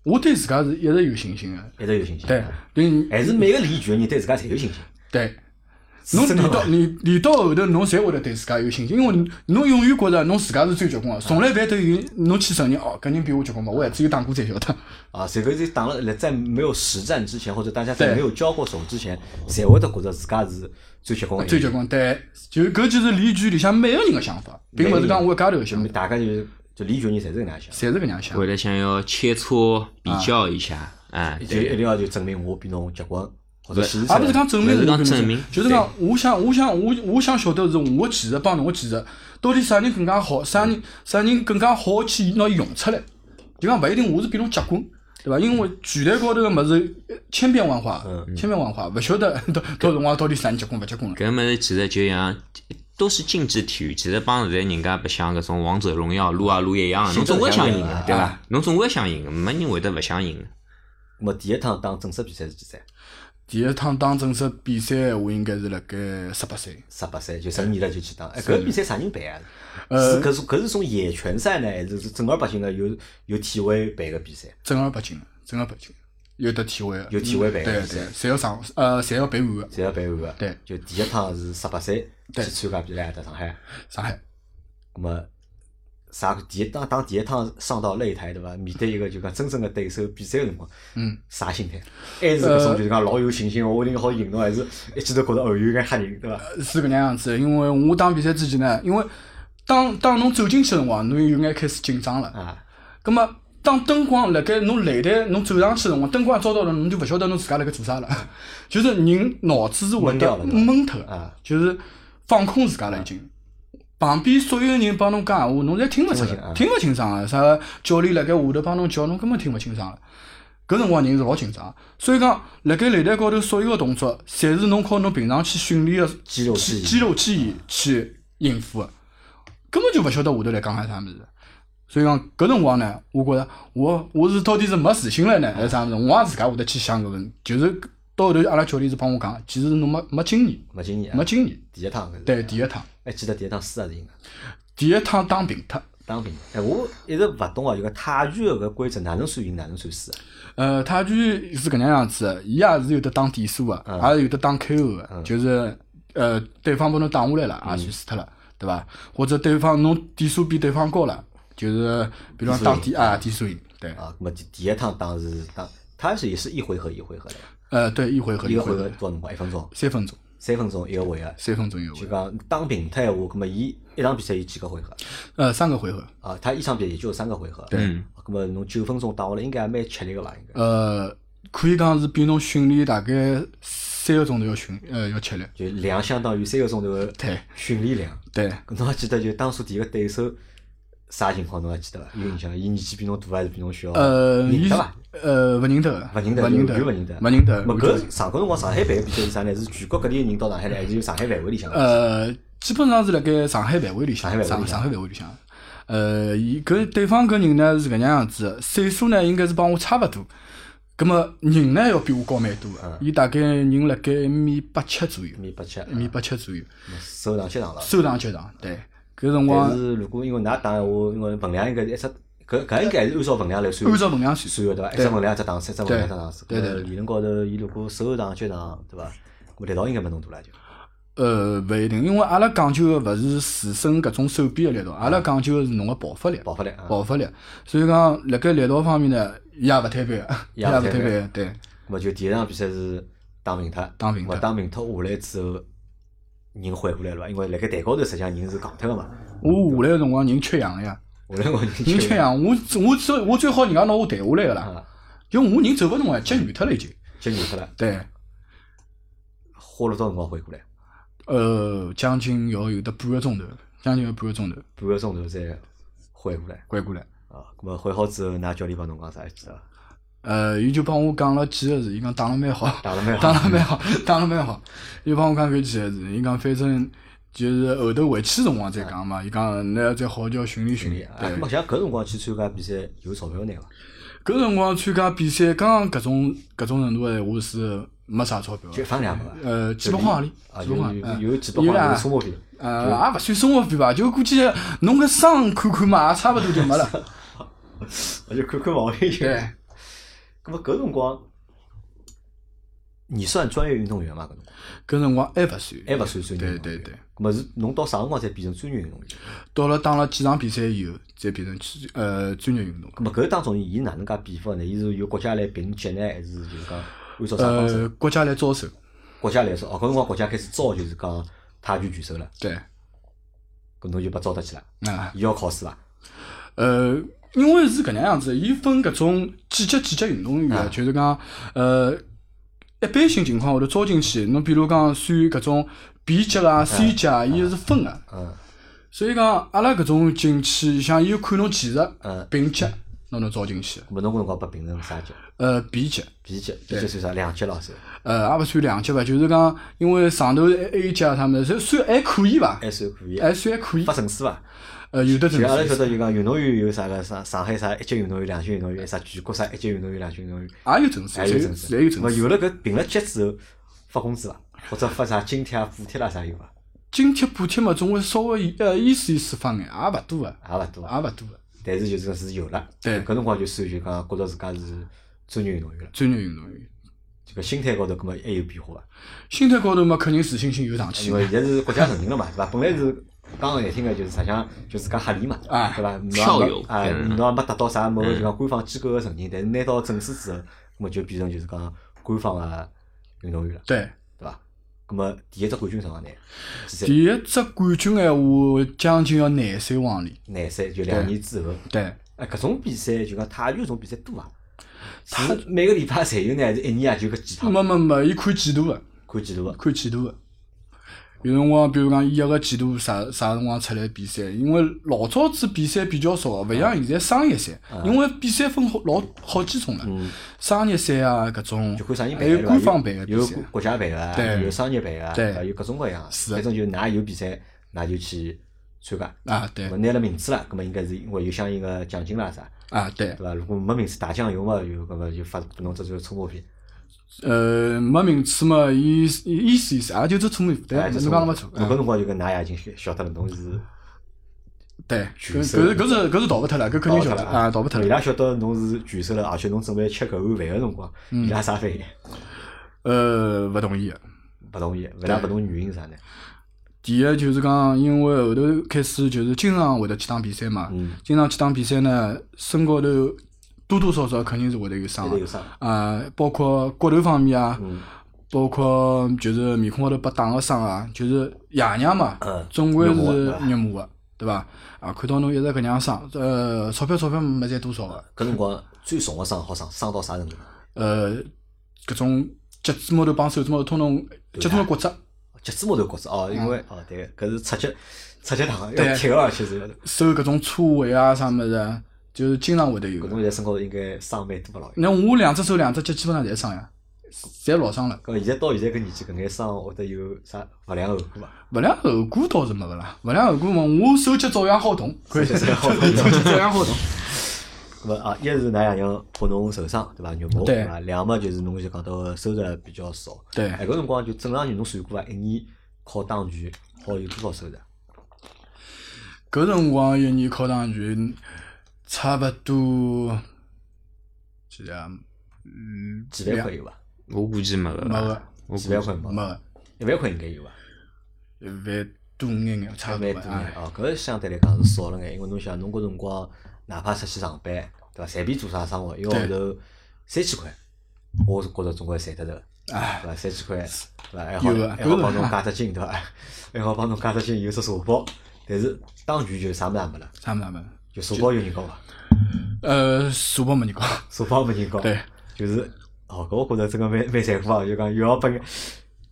B: 我对自家是一直有信心的。
A: 一直有信心。
B: 对，对
A: 还是每个练拳人对自家侪有信心。
B: 对，侬
A: 真的
B: 练到
A: 吗
B: 练练到后头，侬侪会得对自家有信心，因为侬永远觉着侬自家是最结棍的，从来勿会得有侬去承认哦，搿人比我结棍伐？我还只有打过才晓得。
A: 啊，谁会在打了在没有实战之前，或者大家在
B: 对
A: 没有交过手之前，侪会得觉着自家是最结棍的。
B: 最结棍，对，就搿就是练拳里向每个人的想法，并勿是讲我一家头的想
A: 就
B: 法，
A: 大家就是就练拳人侪是搿能样想，
B: 侪是搿能想
C: 回。来想要切磋比较一 下，啊，
A: 就
C: 对
A: 一定要就证明我比侬结棍，或者显示出
B: 也啊勿是
A: 来。
B: 讲证明
C: 勿
B: 我
C: 是讲
B: 跟侬
C: 证明
B: 就是讲我想，我想，我我想晓得是我技术帮侬技术到底啥人更加好，啥人啥人更加好去拿伊用出来。就讲勿一定我是比侬结棍，对伐？因为拳台高头个物事呃千变万化，
A: 嗯
B: 千变万化，勿晓得到 到辰光到底啥人结棍勿结棍了。
C: 搿物事其实就像都是竞技体育，其实帮现在人家白相搿种王者荣耀撸啊撸一样，侬总归想赢的，对伐？侬总归想赢的，没人会得勿想赢的。
A: 那么第一趟打正式比赛是几岁？啊
B: 第一趟打正式比赛，我应该是辣盖十八岁，
A: 十八岁就成年了就去打。哎，搿比赛啥人办啊？是
B: 呃
A: 搿是搿是从野拳赛呢，还是是正儿八经的有有体委办个比赛？
B: 正儿八经的，正儿八经的，有得体会的，嗯
A: 有体会办
B: 对对，
A: 是
B: 侪要上，呃，侪要备案的。
A: 侪要办完个。
B: 对
A: 就第一趟是十八岁去
B: 对
A: 参加比赛在上海。
B: 上海，
A: 那么啥第一当当第一趟上到擂台对伐？面对一个就讲真正的对手比赛个辰光，
B: 嗯，呃
A: 啥心态？还是搿种就是讲老有信心，我一定好赢侬，还是一记头觉着哦有眼吓人对伐？
B: 是搿能样子，因为我打比赛之前呢，因为当当侬走进去的辰光，侬有眼开始紧张了。
A: 啊，
B: 葛末当灯光辣盖侬擂台侬走上去的辰光，灯光一照到了，侬就勿晓得侬自家辣盖做啥了， 就是人脑子是会
A: 懵
B: 得
A: 掉了对吧
B: 懵头
A: 啊，
B: 就是放空自家了已经。旁边所有人帮侬讲闲话，侬侪听勿出
A: 听勿清啊
B: 来，听勿清爽个。啥教练辣盖下头帮侬叫，侬根本听勿清爽了。啊搿辰光人是老紧张，啊所以讲辣盖擂台高头所有个动作，侪是侬靠侬平常去训练个
A: 肌肉记
B: 肌
A: 忆
B: 肌肉记忆去应付的，根本就勿晓得下头来讲眼啥物事。所以讲搿辰光呢，我觉着我我是到底是没自信了呢，还是啥物事？我也自家会得去想搿问题。就是到后头阿拉教练是帮我讲，其实侬没没经验，
A: 没经验啊，
B: 没经验。
A: 第一趟搿是
B: 对，第一趟，
A: 还记得第一趟输还是赢啊？
B: 第一趟打平脱。
A: 当兵，哎，我一直勿懂啊，就讲泰拳的搿规则哪能算赢，哪能算输啊？
B: 呃，泰拳是搿能样子的，伊也是有得打点数个，
A: 嗯
B: 也是有得打 KO 个，就是呃对方把侬打下来
A: 嗯
B: 了，也算输脱了，对伐？或者对方侬点数比对方高了，就是比如讲打
A: 点
B: 点啊点数赢，对，
A: 啊，那么第第一趟当时当，他是也是一回合一回合的，
B: 呃对，一回合
A: 一个
B: 回
A: 回合
B: 合
A: 多少辰光？一分钟，
B: 三分钟，
A: 三分钟一个回合。
B: 三分钟一
A: 就
B: 回合，
A: 讲当平摊闲话，那么伊一场比赛有几个回合？
B: 呃三个回合，
A: 啊，他一场比赛也就三个回合。
B: 对
C: 嗯，
A: 那么侬九分钟打下来，应该也蛮吃力个伐？应该
B: 呃可以讲是比侬训练大概三个钟头要训呃要吃力，
A: 就量相当于三个钟头的
B: 对
A: 训练量。
B: 对，
A: 搿侬还记得就当初第一个对手啥情况？侬还记得伐？有印象？伊年纪比侬大还是比侬小？
B: 呃
A: 认
B: 伊
A: 得伐？
B: 呃勿认得的，
A: 勿认得，
B: 勿认得
A: 有，勿认得，
B: 勿认得，
A: 咹搿上课辰光上海办个比赛是啥呢？是全国各地的人到上海来，还是有上海范围里向的？
B: 呃，基本上是辣盖上海范围里向
A: 上海，范围里
B: 上
A: 向
B: 上海范围里向。呃，伊搿对方搿人呢是搿能样子的，岁数呢应该是帮我差勿多。葛么人呢要比我高蛮多
A: 嗯
B: 的，伊大概人辣盖一米八七左右
A: 一，米八七，
B: 一米八七左右，
A: 手长七长了。
B: 瘦长脚长，对。搿辰
A: 但
B: 光
A: 是如果因为㑚打闲话，因为分量应该是一只，搿搿应该还是按照分量来算，
B: 按照分量算，
A: 算个对伐？一只分量一只档次，一只分量一只档次。
B: 对对
A: 搿嗯理论高头，伊如果手长脚长，对伐？咾力道应该没侬大啦就。
B: 呃，勿一定，因为阿拉讲究个勿是自身搿种手臂个力道，阿拉讲究个是侬个爆发力，
A: 嗯爆发力啊！
B: 爆发力。所以讲，辣盖力道方面呢，伊也勿摊牌个，伊
A: 也
B: 也
A: 勿
B: 勿摊
A: 摊
B: 牌
A: 牌
B: 个，对，
A: 咾么就第一场比赛是打平脱，
B: 打平脱
A: 咾打平脱下来之后，人缓过来了伐？因为辣盖台高头实际上人是戆脱个嘛。
B: 我下来个辰光人缺氧了呀，
A: 下来我人
B: 人缺氧，我我最我最好人家拿我抬下来个啦，
A: 啊，
B: 因为我人走勿动啊，脚软脱了已经。
A: 就软脱了，
B: 对，
A: 花了多少辰光缓过来？
B: 呃，将近要有得半个钟头，将近有半个钟头
A: 半个钟头才缓过来
B: 拐过来。
A: 啊。咾么缓好之后，㑚教练帮侬讲啥意思啊？
B: 呃，伊就帮我讲了几个字，伊讲打了蛮好，
A: 打了蛮
B: 打
A: 好，
B: 了蛮好，打了蛮好。伊帮我讲搿几个字，伊讲反正就是后头回去辰光再讲嘛。伊讲㑚要再好好叫训练训
A: 训
B: 练
A: 练。啊。
B: 对
A: 咾，么像搿辰光去参加比赛有钞票拿伐？
B: 搿辰光参加比赛，刚刚搿种搿种程度的闲话是没啥钞票的
A: 就一，分两个伐？
B: 呃，几百块行钿，
A: 啊，
B: 几百
A: 有
B: 块行钿
A: 有
B: 嗯
A: 有几百块
B: 啊
A: 是生活费，
B: 呃，也勿算生活费吧，就估计弄个伤看看嘛，也差勿多就 没了。
A: 我就看看毛病就。
B: 对，
A: 那么搿辰光，你算专业运动员伐？搿辰光
B: 搿辰光还勿算，
A: 还勿算专业运
B: 对
A: 动
B: 对
A: 员。
B: 对。
A: 那么是侬到啥辰光才变成专业运动员？
B: 到了打了几场比赛以后，再变成去呃专业运动。
A: 那么搿当中伊哪能介变法呢？伊是由国家来评级呢，还是就是讲按照啥方式？
B: 呃，国家来招收，
A: 国家来说，哦，搿辰光国家开始招就是讲泰拳拳手了，
B: 对，
A: 搿侬就被招得去了。
B: 啊，
A: 伊要考试伐？
B: 呃，因为是搿能样子，伊分搿种几级几级运动员，
A: 啊
B: 就是讲呃，一般性情况下头招进去，侬比如讲算搿种 B 级啊、C 级啊，伊是分个、
A: 嗯
B: 所以讲阿拉搿种进去，像伊要看侬技术
A: 嗯。
B: 评级，侬能招进去，
A: 那么侬搿辰光被评成啥级
B: 呃，B 级。
A: ？B 级，B 级算啥？两级了是？
B: 呃，也勿算两级吧，就是讲，因为上头 A A 级啊，他们算算还可以吧，哎
A: 还算可以。
B: 还算还可以
A: 哎发。证书伐？
B: 呃，有的
A: 其
B: 城
A: 实阿拉晓
B: 市
A: 得就讲运动员有啥个上上海啥一级运动员、两级运动员，啥全国啥一级运动员、两级运动员，
B: 也有城市，
A: 还有证书。
B: 也有城
A: 咾
B: 市。
A: 有了搿评了级之后，发工资伐？或者发啥津贴啊、补贴啦啥有伐？
B: 津贴补贴嘛，总归稍微呃意思意思发眼，也勿多个，
A: 也勿多啊，
B: 也勿多个。
A: 但是就是讲是有了。
B: 对
A: 搿辰光就算就讲觉着自家是专业运动员了，
B: 专业运动员，
A: 这个心态高头搿么还有变化伐？
B: 心态高头嘛，肯定自信心有上去
A: 因。为现在是国家承认了嘛，对伐？本来是讲难听个，就是实际上就自家瞎练嘛，
B: 啊
A: 对伐？侬也没
C: 校友
A: 啊，
C: 嗯
A: 侬也没达到啥某个就讲官方机构个承认，但是拿到证书之后，咾么就变成就是讲官方啊个运动员了，
B: 对，
A: 对伐？咾么第一只冠军啥拿？几岁？
B: 第一只冠军闲话，将近要廿三黄钿。
A: 廿岁，就两年之后。
B: 对，
A: 哎，搿种比赛就讲泰拳搿种比赛多伐？是每个礼拜侪有呢，还是一年也啊就搿几趟？
B: 没没没，伊看季度啊个，
A: 看几啊度个？
B: 看季度个。有辰光，比如讲，伊一个季度啥啥辰光出来比赛，因为老早子比赛比较
A: 啊
B: 少，啊勿像现在商业赛，因为比赛分好老好几种了，商业赛啊搿种
A: 嗯就看啥人，
B: 还
A: 办
B: 有
A: 对伐
B: 官方办个比
A: 有
B: 赛
A: 国，国家办个，
B: 对
A: 有商业办个，
B: 对
A: 伐有各种各样的。
B: 是
A: 反正就㑚有比赛，㑚就去参加。
B: 啊对
A: 咾么拿了名次了，搿么应该是因为有相应个奖金啦啥，
B: 啊对，
A: 对伐？如果没名次打酱油嘛，有搿么就发拨侬只就是车马费。
B: 呃，没名次嘛，伊伊意思意思，啊也就只错没对，
A: 哎
B: 侬讲了没错，
A: 搿
B: 嗯
A: 辰光就搿㑚也已经晓晓得了，侬是
B: 对，
A: 全
B: 搿
A: 收
B: 搿是搿是搿是逃勿脱了，搿肯定晓得
A: 逃
B: 啊，逃勿脱
A: 伊
B: 了。
A: 拉晓得侬是拳手了，而且侬准备吃搿碗饭个辰光，
B: 嗯
A: 伊拉啥反应？
B: 呃，勿同意个。
A: 勿同意，伊拉勿同意原因是啥呢？
B: 第一就是讲，因为后头开始就是经常会得去打比赛嘛，
A: 嗯
B: 经常去打比赛呢，身高头多多少少肯定是会得有伤
A: 还
B: 个
A: 得有伤。
B: 啊，包括骨头方面啊，
A: 嗯
B: 包括就是面孔高头被打个伤啊，就是爷娘嘛
A: 嗯，
B: 总归
A: 肉麻
B: 是
A: 对吧
B: 肉麻个，对伐？啊，看到侬一直搿样伤，呃，钞票钞票没赚多少啊个，
A: 搿辰光最重个伤好伤，伤到啥程度？
B: 呃，搿种脚趾毛头帮手指毛头通通脚趾毛骨折，
A: 脚趾毛头骨折哦，因为哦对，搿是侧脚侧脚堂要
B: 对
A: 踢个，确实要。
B: 受搿种错位啊啥物事，就是经常会得有
A: 搿
B: 个。
A: 侬现在身高头应该伤蛮多个咯。
B: 那我两只手两只脚基本上侪伤呀，侪老伤了。
A: 搿现在到现在搿年纪，搿眼伤会得有啥勿良后果 伐？
B: 勿良后果倒是没勿啦，勿良后果嘛，我手脚照样好动，可以，
A: 手
B: 手
A: 脚
B: 脚
A: 好动
B: 照样好动。
A: 咾么啊，一是㑚爷娘怕侬受伤，对伐？肉麻
B: 对
A: 对伐？两嘛就是侬就讲到个收入比较少。
B: 对
A: 哎，搿辰光就正常人侬算过伐？一年靠打拳好有多少收入？
B: 搿辰光一年考上去，差不多几啊，嗯，
A: 几万块有伐？
C: 我估计没个
B: 没个
C: 吧，我
A: 几
C: 估
A: 万
C: 计
A: 块没，
B: 没
A: 一
B: 个
A: 万块应该有伐？
B: 一万多眼眼，差
A: 还
B: 不
A: 蛮
B: 多哎
A: 多
B: 吧
A: 眼哦，搿相对来讲是少了眼，因为侬想侬搿辰光哪怕出去上班，对伐？随便做啥生活，一个号头三千块，我是觉着总归赚得着的，
B: 哎，
A: 对伐？三千块，对伐？还好
B: 有啊
A: 还好
B: 搿是
A: 帮侬加只筋，对伐？ 还好帮侬加只筋，有只社保，但是当局就啥物事也没了，
B: 啥么啥么？
A: 就社保有人搞伐？
B: 呃，社保没人搞，
A: 社保没人搞，
B: 对，
A: 就是哦，搿我觉着真个蛮蛮残酷啊，就讲又要拨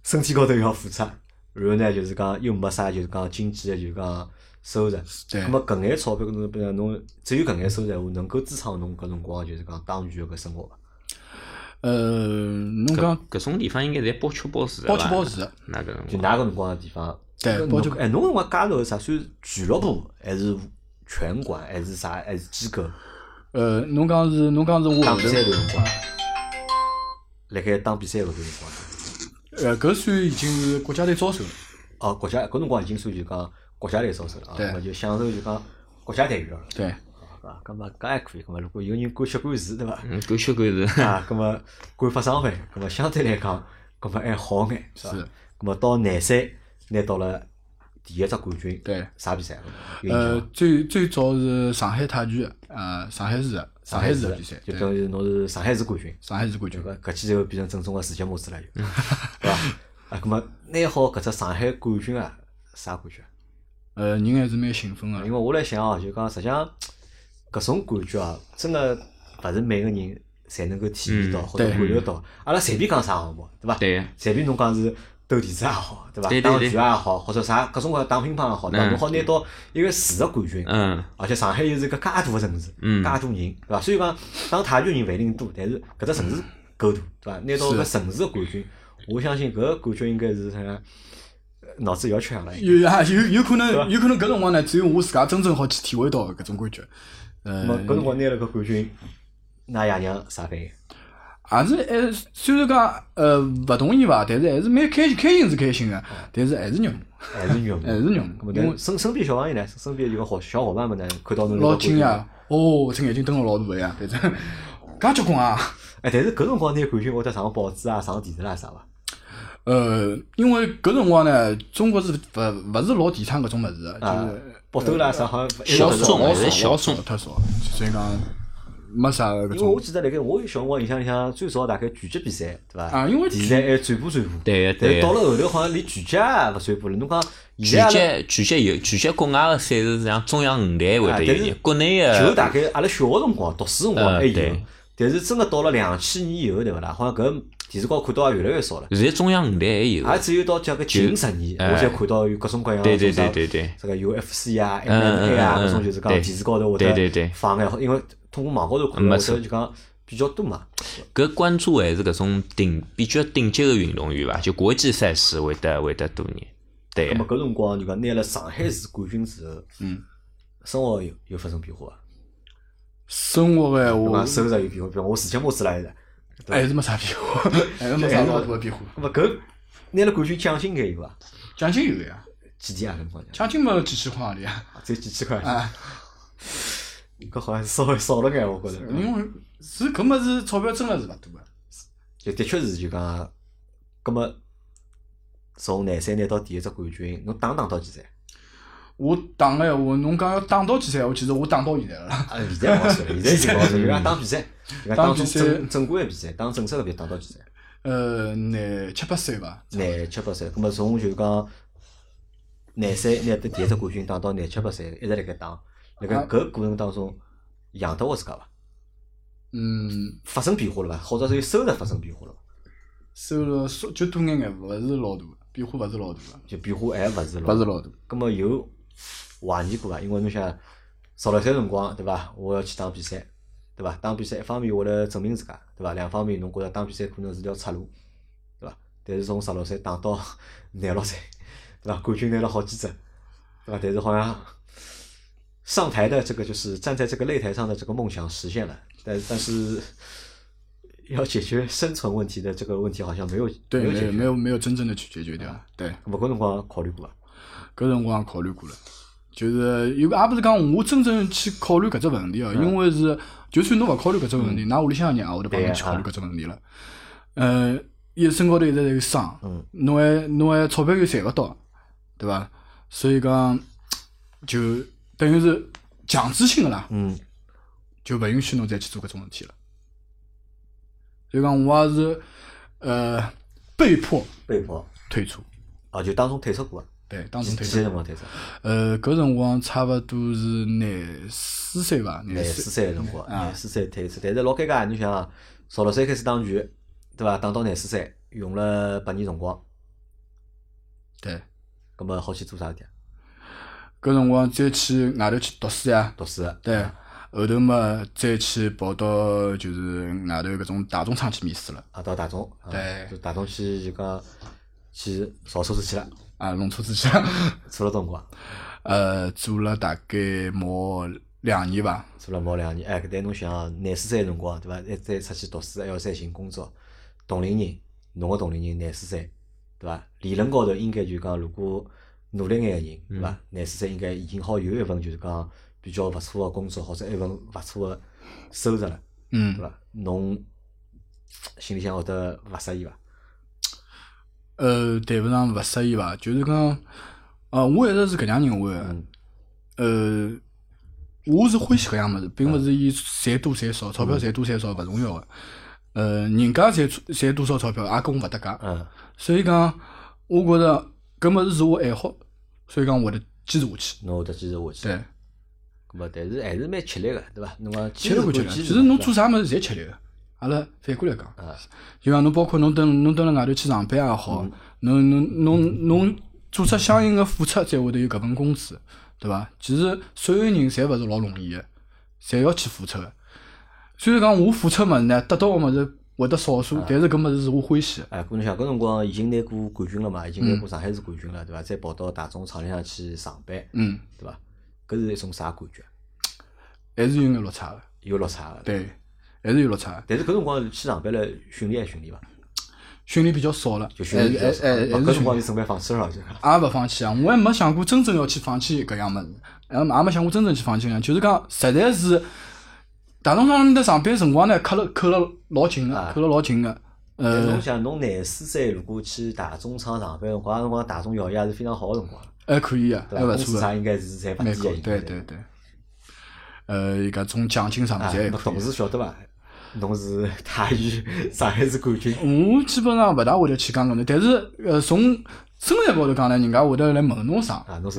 A: 身体高头又要付出，啊然后呢就是讲又没啥就是讲经济的就是讲收入，
B: 对
A: 那么搿眼钞票搿侬比如侬只有搿眼收入闲话，能够支撑侬搿辰光就是讲当前的搿生活伐。
B: 呃，侬讲
C: 搿种地方应该侪包吃包住的
B: 包
C: 吧
B: 吃包住的，
C: 那搿
A: 就
C: 种
A: 㑚搿辰光的地方，
B: 对，
A: 侬
B: 包吃
A: 哎，侬搿辰光加入的啥算俱乐部还是拳馆还是啥还是机构？
B: 呃，侬讲是侬讲是我
A: 打
B: 后
A: 比
B: 头
A: 赛，的辰光，辣盖打比赛后头辰光。
B: 呃，搿算已经是国家队招收了，
A: 哦，国家搿辰光已经算就讲国家队招收了啊，
B: 对
A: 那么就享受就讲国家待遇了，
B: 对，
A: 啊，搿么搿还可以，搿么如果有人管血管事对伐？
C: 嗯，搿血 管是，
A: 啊，搿么管发伤害，搿么相对来讲，搿么还好眼，是伐
B: 是？
A: 搿么到廿三拿到了第一只冠军，
B: 对
A: 啥比赛？啊搿么有印
B: 呃
A: 象伐，
B: 最最早是上海泰拳，呃，上海市的，上海市的比赛，
A: 就
B: 对，嗯
A: 等于侬是上海市冠军，
B: 上海市冠军
A: 就，搿搿记就变成正宗个世界母子了，
B: 嗯
A: 就对伐？啊，搿么拿好搿只上海冠军啊，啥感觉？
B: 呃，人还是蛮兴奋
A: 因
B: 的，
A: 为我来想哦，就讲实际上搿种感觉啊，真个勿是每个人侪能够体验到
C: 嗯
A: 或者
B: 对
A: 感受到。阿拉随便讲啥项目，对伐？
C: 对
A: 随便侬讲是斗地主也好，对伐？
C: 对对
A: 打
C: 对
A: 拳也好，或者啥各种各样打乒乓也好，对伐？
C: 嗯
A: 侬好拿到一个市的冠军。
C: 嗯，
A: 而且上海又是一个介大个城市，介
C: 嗯
A: 大人，对伐？虽然讲打泰拳人勿一定多，但是搿只城市够大，对伐？拿到搿城市的冠军，我相信搿个冠军应该是啥呀？呃脑子摇圈了，应该
B: 有呀，有有可能，有可能搿辰光呢，只有我自家真正好去体会到搿种感觉，呃，
A: 咹搿辰光拿了个冠军，㑚爷娘啥反应？
B: 还是还虽然讲呃勿同意伐，但是还是蛮开心，开心是开心的，但是还是肉麻，
A: 还是肉麻。
B: 还是肉麻
A: 咾哦嗯么，
B: 因为
A: 但身身边小朋友呢，身边就个好小伙伴们呢，看到侬拿到
B: 老
A: 冠军
B: 惊讶，哦，这眼睛瞪了老大个呀，反
A: 嗯
B: 正 介结棍啊！
A: 哎，但是搿辰光拿冠军会得上报纸啊，上电视啦啥伐？
B: 呃，因为搿辰光呢，中国是勿勿是老提倡搿种物事的，
A: 啊
B: 就是，
A: 报头啦啥好像一直
C: 小
A: 勿是
C: 众
B: 老
C: 还是
B: 少
C: 小
B: 老
C: 众
B: 少太少，所以讲没啥搿
A: 因为我
B: 种
A: 记得辣盖我有小辰光印象里向，最早大概拳击比赛对伐？
B: 啊，因为
A: 电视台还转播转播。
C: 对个
A: 但
C: 对
A: 是到
C: 个。
A: 了后头，好像连拳击也勿转播了。侬讲现
C: 拳
A: 在阿拉
C: 击拳击有拳击国外个赛事，像中央五台会
A: 啊但
C: 得有
A: 是
C: 眼，国内
A: 就大
C: 个
A: 概阿拉小学辰光、读书辰光
C: 呃
A: 还有
C: 对，
A: 但是真个到了两千年以后，对勿啦？好像搿电视高看到也越来越少了。
C: 现在中央五台还有个
A: 也，只有到这个近十年，我才看到有各种各样的
C: 哎对对
A: 种啥
C: 对对对
A: 这个 UFC 啊、
C: 嗯
A: MMA 啊，
C: 嗯嗯
A: 搿种就是讲
C: 对
A: 电视高头会
C: 对对
A: 得
C: 对
A: 放眼，因为通过网高头看，
C: 没
A: 会
C: 错
A: 得就讲比较多嘛。
C: 搿关注还是搿种顶比较顶级个运动员伐？就国际赛事会得会得多眼，对
A: 那么
C: 个。
A: 搿辰光就讲拿了上海市冠军之后，
B: 嗯，
A: 生活有有发生变化伐？
B: 生活个闲
A: 对
B: 话
A: 伐？收入有变化，比如我自己么子了还是？
B: 还是没啥变化， 还是没啥老大个变化。
A: 那么搿拿了冠军奖金该有伐？
B: 奖金有个呀，
A: 几钿啊？搿辰光
B: 奖金没几千块 钿呀，
A: 只有几千块，
B: 啊，
A: 搿好像是稍微少了眼，我觉着。
B: 因为是搿物事钞票真个是勿多个。
A: 就的确是就讲，葛么从廿三拿到第一只冠军，侬打打到几岁？
B: 我打个闲话，侬讲要打到几岁？我其实我打到现在了，
A: 啊，现在勿好说了，现在已经勿好说了，就讲打比赛，就讲
B: 打
A: 打
B: 比
A: 种
B: 赛
A: 正正规个比赛，打正式个比赛打到几岁？
B: 呃，廿七八岁伐。
A: 廿七八岁，葛么从就讲廿三拿到第一只冠军，打到廿七八岁，一直辣盖打，辣盖
B: 啊
A: 搿过程当中养得活自家伐？
B: 嗯，
A: 发生变化了伐？或者是有收入发生变化了伐？
B: 收入稍就多眼眼，勿是老大，变化勿是老大个，
A: 就变化还勿是老
B: 勿是老大。
A: 葛么有怀疑过伐？因为侬想十六岁辰光，对伐？我要去打比赛，对伐？打比赛一方面为了证明自家，对伐？两方面侬觉着打比赛可能是条出路，对伐？但是从十六岁打到 廿六岁，对伐？冠军拿了好几只，对伐？但是好像上台的这个就是站在这个擂台上的这个梦想实现了，但但是。要解决生存问题的这个问题好像没有
B: 对，
A: 没有
B: 没
A: 解决啊
B: 有没，有没有真正的去解决掉。对，
A: 那么搿辰光考虑过伐？
B: 搿辰光考虑过了，就是有个也勿是讲我真正去考虑搿只问题
A: 嗯
B: 哦，因为是就算侬勿考虑搿只问题，㑚屋里向人也会得帮
A: 啊
B: 侬去考虑搿只问题了。呃，一身高头一直有伤，
A: 嗯
B: 侬还侬还钞票又赚勿到，对伐？所以讲就等于是强制性个啦，
A: 嗯，
B: 就勿允许侬再去做搿种事体了。所以讲我也是呃被迫
A: 被迫
B: 退出，
A: 啊，就当中退出过啊，
B: 对，当
A: 几
B: 中退
A: 几
B: 出
A: 岁。辰光退出？
B: 呃，搿辰光差勿多是廿四岁吧，
A: 廿
B: 廿
A: 四
B: 四，
A: 岁个辰光，
B: 啊
A: 廿四岁退出，但是老尴尬，你想啊，从六岁开始打拳，对伐？打到廿四岁，用了八年辰光，
B: 对，
A: 葛末好去做啥事体啊？
B: 搿辰光再去外头去读书呀，
A: 读书啊，
B: 对，后头嘛再去跑到就是外头搿种大众厂去面试了，
A: 啊到大众，啊
B: 对
A: 就大众去就讲去造车子去了，
B: 啊，弄车子去，
A: 做了多少辰光，
B: 呃，做了大概毛两年吧，
A: 做了毛两年，哎，搿但侬想啊，廿四岁个辰光，对伐？一再出去读书，还要再寻工作，同龄人，侬个同龄人廿四岁，对伐？理论高头应该就讲，如果努力眼个
B: 嗯
A: 人，对伐？廿四岁应该已经好有一份就是讲比较勿错个工作，或者一份勿错个收入了，对
B: 嗯，
A: 伐？侬心里向会得勿适意伐？
B: 呃，谈勿上勿适意吧，就是讲，呃，我一直是搿样认为的，
A: 嗯
B: 呃，我是欢喜搿样物事，并勿是伊赚多赚少，钞票赚多赚少勿重要个。呃，人家赚赚多少钞票也跟我勿搭界，
A: 嗯
B: 所以讲，我觉着搿物事是我爱好，所以讲我会得坚持下去。
A: 侬会得坚持下去，
B: 对，
A: 咁么但是还是蛮吃力个，对伐？侬讲
B: 吃力归吃力，啊
A: 坚
B: 其
A: 持
B: 实侬
A: 对伐
B: 做啥物事侪吃力个。阿拉反过来讲
A: 啊，嗯
B: 就讲侬包括侬蹲侬蹲辣外头去上班也好，侬侬侬侬做出相应个付出，才会得有搿份工资，对伐？其实所有人侪勿是老容易个，侪要去付出个。虽然讲我付出物事呢，得到个物事会得少
A: 啊
B: 数，但是搿物事是我欢喜个。
A: 哎，搿侬想搿辰光已经拿过冠军了嘛，已经拿过上海市冠军了，对伐？再跑到大众厂里向去上班，
B: 嗯，
A: 对伐？搿是一种啥感觉？
B: 还是有眼落差个，
A: 有落差个。。
B: 对，还是有落差个。
A: 但是搿辰光去上班了，训练训练伐，
B: 训练比较少了，
A: 就训
B: 还
A: 练比较
B: 是还是
A: 少。
B: 还呃是
A: 啊搿辰
B: 训
A: 光就准备放弃了，就。是。
B: 也勿放弃啊！我还没想过真正要去放弃搿样物事，也没也没想过真正去放弃啊。就是讲，实在是大众上面的上班辰光呢，扣了扣了老紧
A: 啊
B: 个，扣了老紧个。
A: 但是
B: 呃
A: 侬，想，侬廿四岁如果去大众厂上班，辰光，辰光大众摇一也是非常好个辰光，
B: 还可以啊，
A: 对
B: 还
A: 伐？
B: 勿
A: 公
B: 错
A: 司
B: 个，
A: 啥应该是侪勿
B: 蛮
A: 低
B: 高
A: 个。应。该
B: 对
A: 是
B: 对。对。呃，搿种奖金啥物
A: 啊，
B: 事侪
A: 侬
B: 还可
A: 同
B: 以。
A: 事晓得伐？侬是 太原上海市冠军。
B: 我基本上勿大会得去讲搿能，但是呃，从生活高头讲呢，人家会得来问侬啥，
A: 啊
B: 啊，
A: 侬
B: 侬
A: 是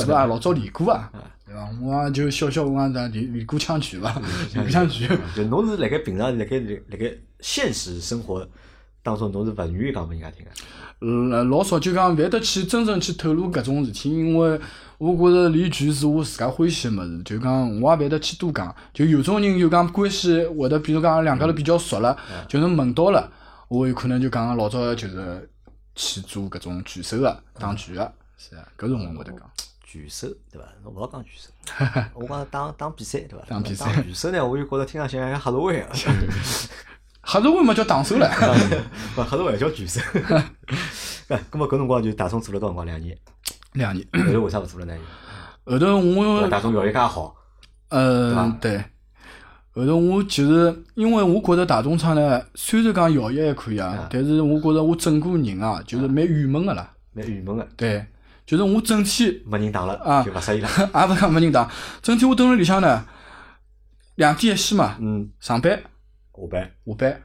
B: 是
A: 不是
B: 勿是
A: 理过嗯的
B: 也老早练过啊？对伐？我也就笑笑我讲啥练练过枪拳伐，练过枪拳。
A: 就侬是辣盖平常辣盖辣盖现实生活当中，侬是勿愿意讲拨人家听个。啊
B: 呃，老少就讲勿会得去真正去透露搿种事体，因为我觉着练拳是我自家欢喜个物事，就讲我也勿会得去多讲。就有种人就讲关系会得，比如讲两家头比较熟了，就能问到了，我有可能就讲老早就是去做搿种拳手个、打拳个，是啊，搿辰光会得讲。
A: 拳手对伐？侬勿好讲拳 手，我讲打打比赛对伐？
B: 打比赛
A: 打拳手呢，我就觉着听上去像黑社 会啊，
B: 黑社会嘛叫打手了，
A: 勿黑社会也叫拳手。 哎，葛末搿辰光就大众做了多少辰光两年，
B: 两年。
A: 后头为啥勿 做了呢？
B: 后头
A: 对伐
B: 我
A: 大众效益介好，
B: 呃
A: 吧
B: 对，后头我其实因为我觉着大众厂呢，虽然讲效益还可以啊，但是我觉着我整个人啊，就是蛮郁闷个啦。
A: 蛮郁闷个，
B: 对，就是我整体
A: 啊没人打了
B: 啊
A: 就勿 适意了。
B: 也勿是讲没人打，整体我蹲辣里向呢，两点一线嘛，
A: 嗯，
B: 上班、
A: 下班
B: 下班，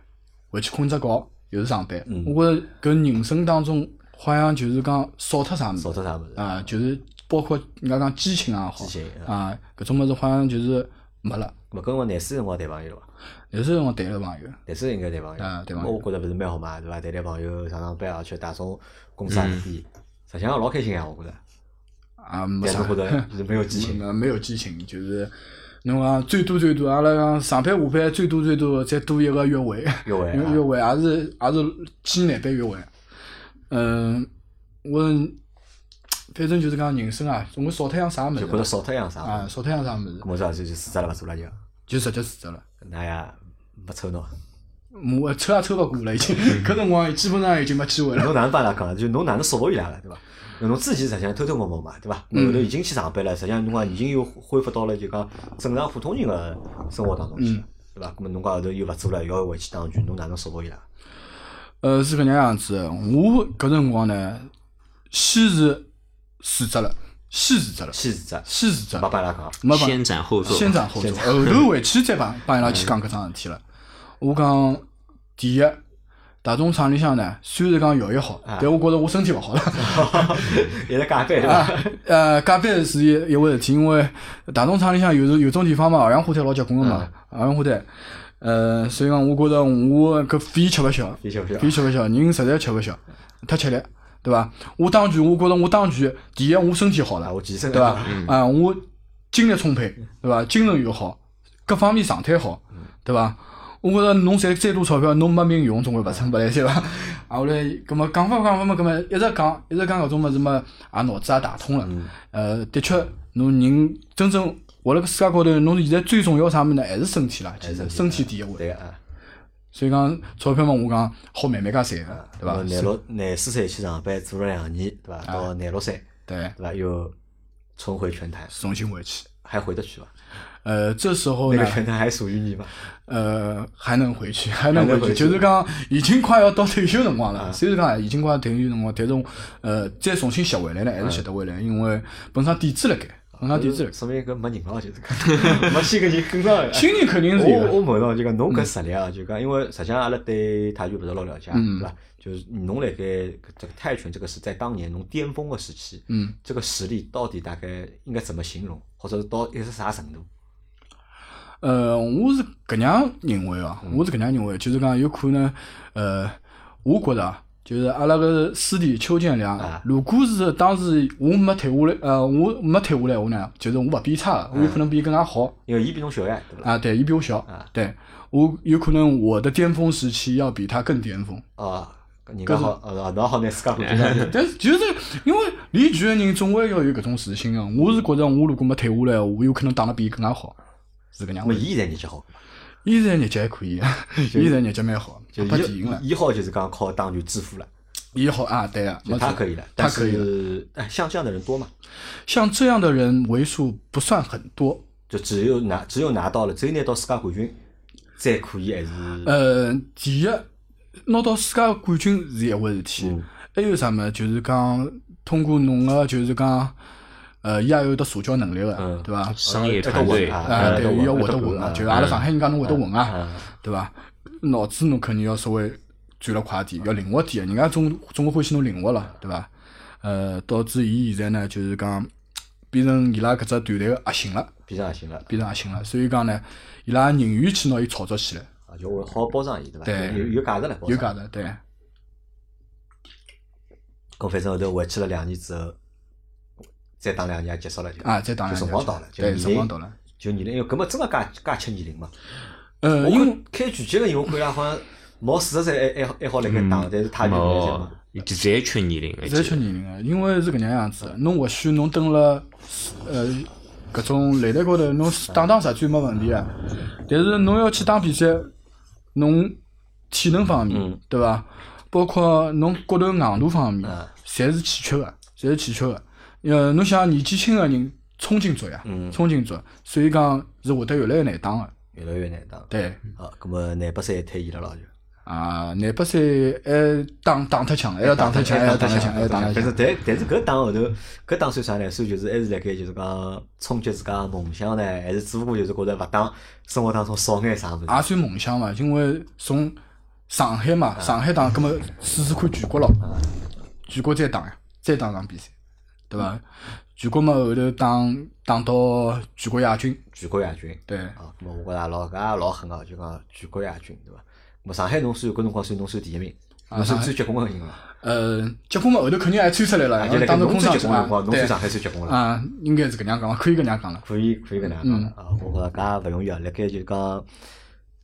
B: 回去困只觉，又是上班。
A: 嗯
B: 我觉着搿人生当中好像就是讲少脱啥物事
A: 少脱啥物事
B: 啊，就是包括人家讲激情也好
A: 激情嗯
B: 啊，搿种物事好像就是没了。
A: 葛末搿辰光廿四辰光谈朋友了伐？
B: 有时候我谈了朋友，
A: 但是应该谈朋友，
B: 啊谈朋友
A: 我觉着勿是蛮好嘛，对伐？谈谈朋友，上上班，而且打从公司也
B: 嗯
A: 是低，实际上老开心啊，我觉着。
B: 啊，没
A: 但
B: 啥
A: 是或者就是没有激情，
B: 没没有激情，就是侬讲最多最多，阿拉讲上班下班最多最多再多一个约会，
A: 约 会
B: 约
A: 啊
B: 约会也是也是艰难版约会。嗯，我反正就是讲人生啊，总归少脱样啥物
A: 就觉着
B: 事
A: 少脱一样啥。
B: 啊，少脱样啥物事
A: 咁，么啥就就辞职了，勿做了就，
B: 就直接辞职了。
A: 那也没抽侬，
B: 我抽也抽勿过了，已经，
A: 嗯
B: 搿辰光基本上已经没机会了。
A: 侬哪能帮伊拉讲？就侬哪能说服伊拉了，对伐？侬自己实际上偷偷摸摸嘛，对伐？侬后
B: 嗯
A: 头已经去上班了，实际上侬讲已经又恢复到了就讲正常普通人个生活当中
B: 嗯
A: 去了，对伐？咾么侬讲后头又勿做了，又要回去当军，侬哪能说服伊拉？
B: 呃，是搿能样子的，我搿辰光呢，先是辞职了，先辞职了，
A: 先辞职，
B: 先辞职，
A: 没帮伊拉 讲，
B: 没办
C: 先斩后奏，
B: 先斩后呃奏，后头回去再帮帮伊拉去讲搿桩事体了。我讲，第一，大众厂里向呢，虽然讲效益好，但我觉着我身体勿好了。
A: 一直加班对
B: 啊
A: 伐？，
B: 呃，加班是一一回事体，因为大众厂里向有时有种地方嘛，二氧化碳老结棍个嘛，二氧化碳，呃，所以讲我觉着我搿饭吃勿消，
A: 的确不是
B: 饭吃勿消，人实在吃勿消，太吃力，对伐？我当局，我觉着我当局，第一我身体好
A: 啊，
B: 了，
A: 我健身
B: 对伐？？啊，我精力充沛，对伐？精神又好，各方面状态好，对伐？我觉着侬赚再多钞票，侬没命用，总归勿乘勿来，对伐？啊，后来，葛么讲法讲法嘛，葛么一直讲，一直讲搿种物事嘛，也脑子也打通了。呃，的确，侬人真正活辣搿世界高头，侬现在最重要啥物事呢？还是身体啦，其实身体第一位。
A: 对个啊，
B: 所以讲钞票嘛，我讲好慢慢加赚个，对哎伐？
A: 廿六廿四岁去上班，做了两年，对伐？到廿六岁，
B: 对，
A: 对伐？又重回拳坛，
B: 重新回去。
A: 还回得去伐？
B: 呃，这时候
A: 那
B: 呢
A: 个，拳坛还属于你伐？
B: 呃，还能回去， 还能
A: 还能
B: 回
A: 回
B: 去，
A: 去啊
B: 就是讲已经快要到退休辰光了。虽然讲已经快要退休辰光，但是我呃，再重新吸回来呢，还
A: 哎
B: 是吸得回来，因为本身底子辣盖，
A: 啊
B: 本身底子辣盖。
A: 嗯说明搿没人了，就是搿， 没先搿人跟上了。
B: 新人肯 定是有
A: 我
B: 的，嗯
A: 我问到就讲侬搿实力啊，就讲因为实际上阿拉对泰拳勿是老了解，啊
B: 嗯
A: 对伐？就是侬辣盖这个泰拳这个是在当年侬巅峰的时期，
B: 嗯，
A: 这个实力到底大概应该怎么形容，或者是到一个啥程度？
B: 呃，我是搿样认为哦，
A: 嗯
B: 我是搿样认为，就是讲有可能，呃，我觉着啊就是阿拉个师弟邱建良
A: 啊，
B: 如果是当时我没退下来，呃，我没退下来话呢，就是我勿比伊差
A: 嗯
B: 的，我有可能比伊更加好。
A: 因为伊比侬小呀，对伐？
B: 啊，对，伊比我小，
A: 啊
B: 对我有可能我的巅峰时期要比他更巅峰，
A: 啊，人家好，啊，侬也好拿自家过去 了，
B: 但是就是因为离局的人总归要有搿种自信的。我是觉着我如果没退下来，我有可能打得比伊更加好，是搿
A: 那
B: 样
A: 么
B: 子。
A: 伊现在日脚好，
B: 伊现在日脚还可以， 伊现在日脚蛮好，
A: 就
B: 拍电影了，
A: 伊伊好就是讲靠当拳致富了，
B: 伊好啊，对啊，
A: 就
B: 没
A: 他
B: 错
A: 可以了，
B: 他
A: 但
B: 可以了。
A: 是哎，像这样的人多嘛？
B: 像这样的人为数不算很多，
A: 就只有拿只有拿到了，只有拿到世界冠军，再可以还是
B: 呃，第一拿到世界冠军是一回事
A: 嗯
B: 体，还有啥么？就是讲通过侬个，就是讲，呃，伊也有得社交能力个
A: 嗯，
B: 对伐？
C: 商业团队，
A: 啊
B: 啊，
A: 呃
B: 对，
A: 要
B: 伊要
A: 会
B: 会得
A: 得
B: 混
A: 混
B: 啊，
A: 啊
B: 就是阿拉上海人讲侬会得混啊
A: 嗯，
B: 对伐？脑子侬肯定要稍微转了快点，要灵活点，人家总总归欢喜侬灵活了，对伐？呃，导致伊现在呢，就是讲变成伊拉搿只团队个核心了，
A: 比上也行了，
B: 变成核心了，所以讲呢，伊拉宁愿去拿伊炒作起来，
A: 啊，就会好包装伊对伐？
B: 对
A: 有有价值了，包装
B: 有价。值，对。
A: 咁反正后头回去了两年之后，再打两年也结束了就
B: 啊，再打
A: 就
B: 两
A: 辰光到了，就
B: 对，
A: 年
B: 辰光
A: 龄
B: 到了。
A: 就年龄，因为搿么真个介介吃年龄嘛。
B: 呃，
A: 我
B: 因为
A: 看开拳击个人，我看伊拉好像毛四十岁还还好还好辣
B: 嗯
A: 盖打，但是泰拳比赛
C: 哦
A: 嘛，，
C: 侪缺年龄的，
B: 侪缺年龄个，因为是搿能样子的，侬或许侬蹲了呃搿种擂台高头，侬打打杀最没问题啊。但是侬要去打比赛，侬体能方面
A: 嗯，
B: 对伐？包括侬骨头硬度方面
A: 嗯，
B: 侪是欠缺个，侪是欠缺个。呃，侬想年纪轻个人冲劲足呀，
A: 嗯
B: 冲劲足，所以讲是会得越来越难打个。
A: 越来越难打。
B: 对，
A: 啊，搿么廿八岁退役了咯就。
B: 啊，廿八岁还打打脱强，还要打脱强，还要打脱强，还要打脱
A: 但是
B: 强。
A: 但但是搿打后头，搿打算啥呢？算就是还是辣盖就是讲冲击自家的梦想呢，还是只不过就是觉着勿打生活当中少眼啥物事
B: 也算梦想嘛，因为从上海
A: 嗯
B: 嘛，上海打，葛么试试看全国咯，全国再打呀，再打场比赛，对伐？
A: 嗯
B: 全国嘛后头打打到全国亚军，
A: 全国亚军。
B: 对，
A: 啊，咾么我觉着也老搿也老狠个，就讲全国亚军对伐？咾么上海侬算搿辰光算侬算第一名，
B: 啊
A: 侬算最结棍个人了，
B: 呃，结果嘛后头肯定还穿出来了，呃
A: 啊就辣盖
B: 打到
A: 侬
B: 空
A: 最
B: 场
A: 结
B: 去
A: 棍个
B: 嘛
A: 辰光，侬
B: 对
A: 算上海最结棍了。
B: 啊，应该是搿能样讲，可以搿能样讲了，
A: 可以可以搿能
B: 嗯
A: 样讲的啊，我觉着搿也勿容易啊，辣盖就讲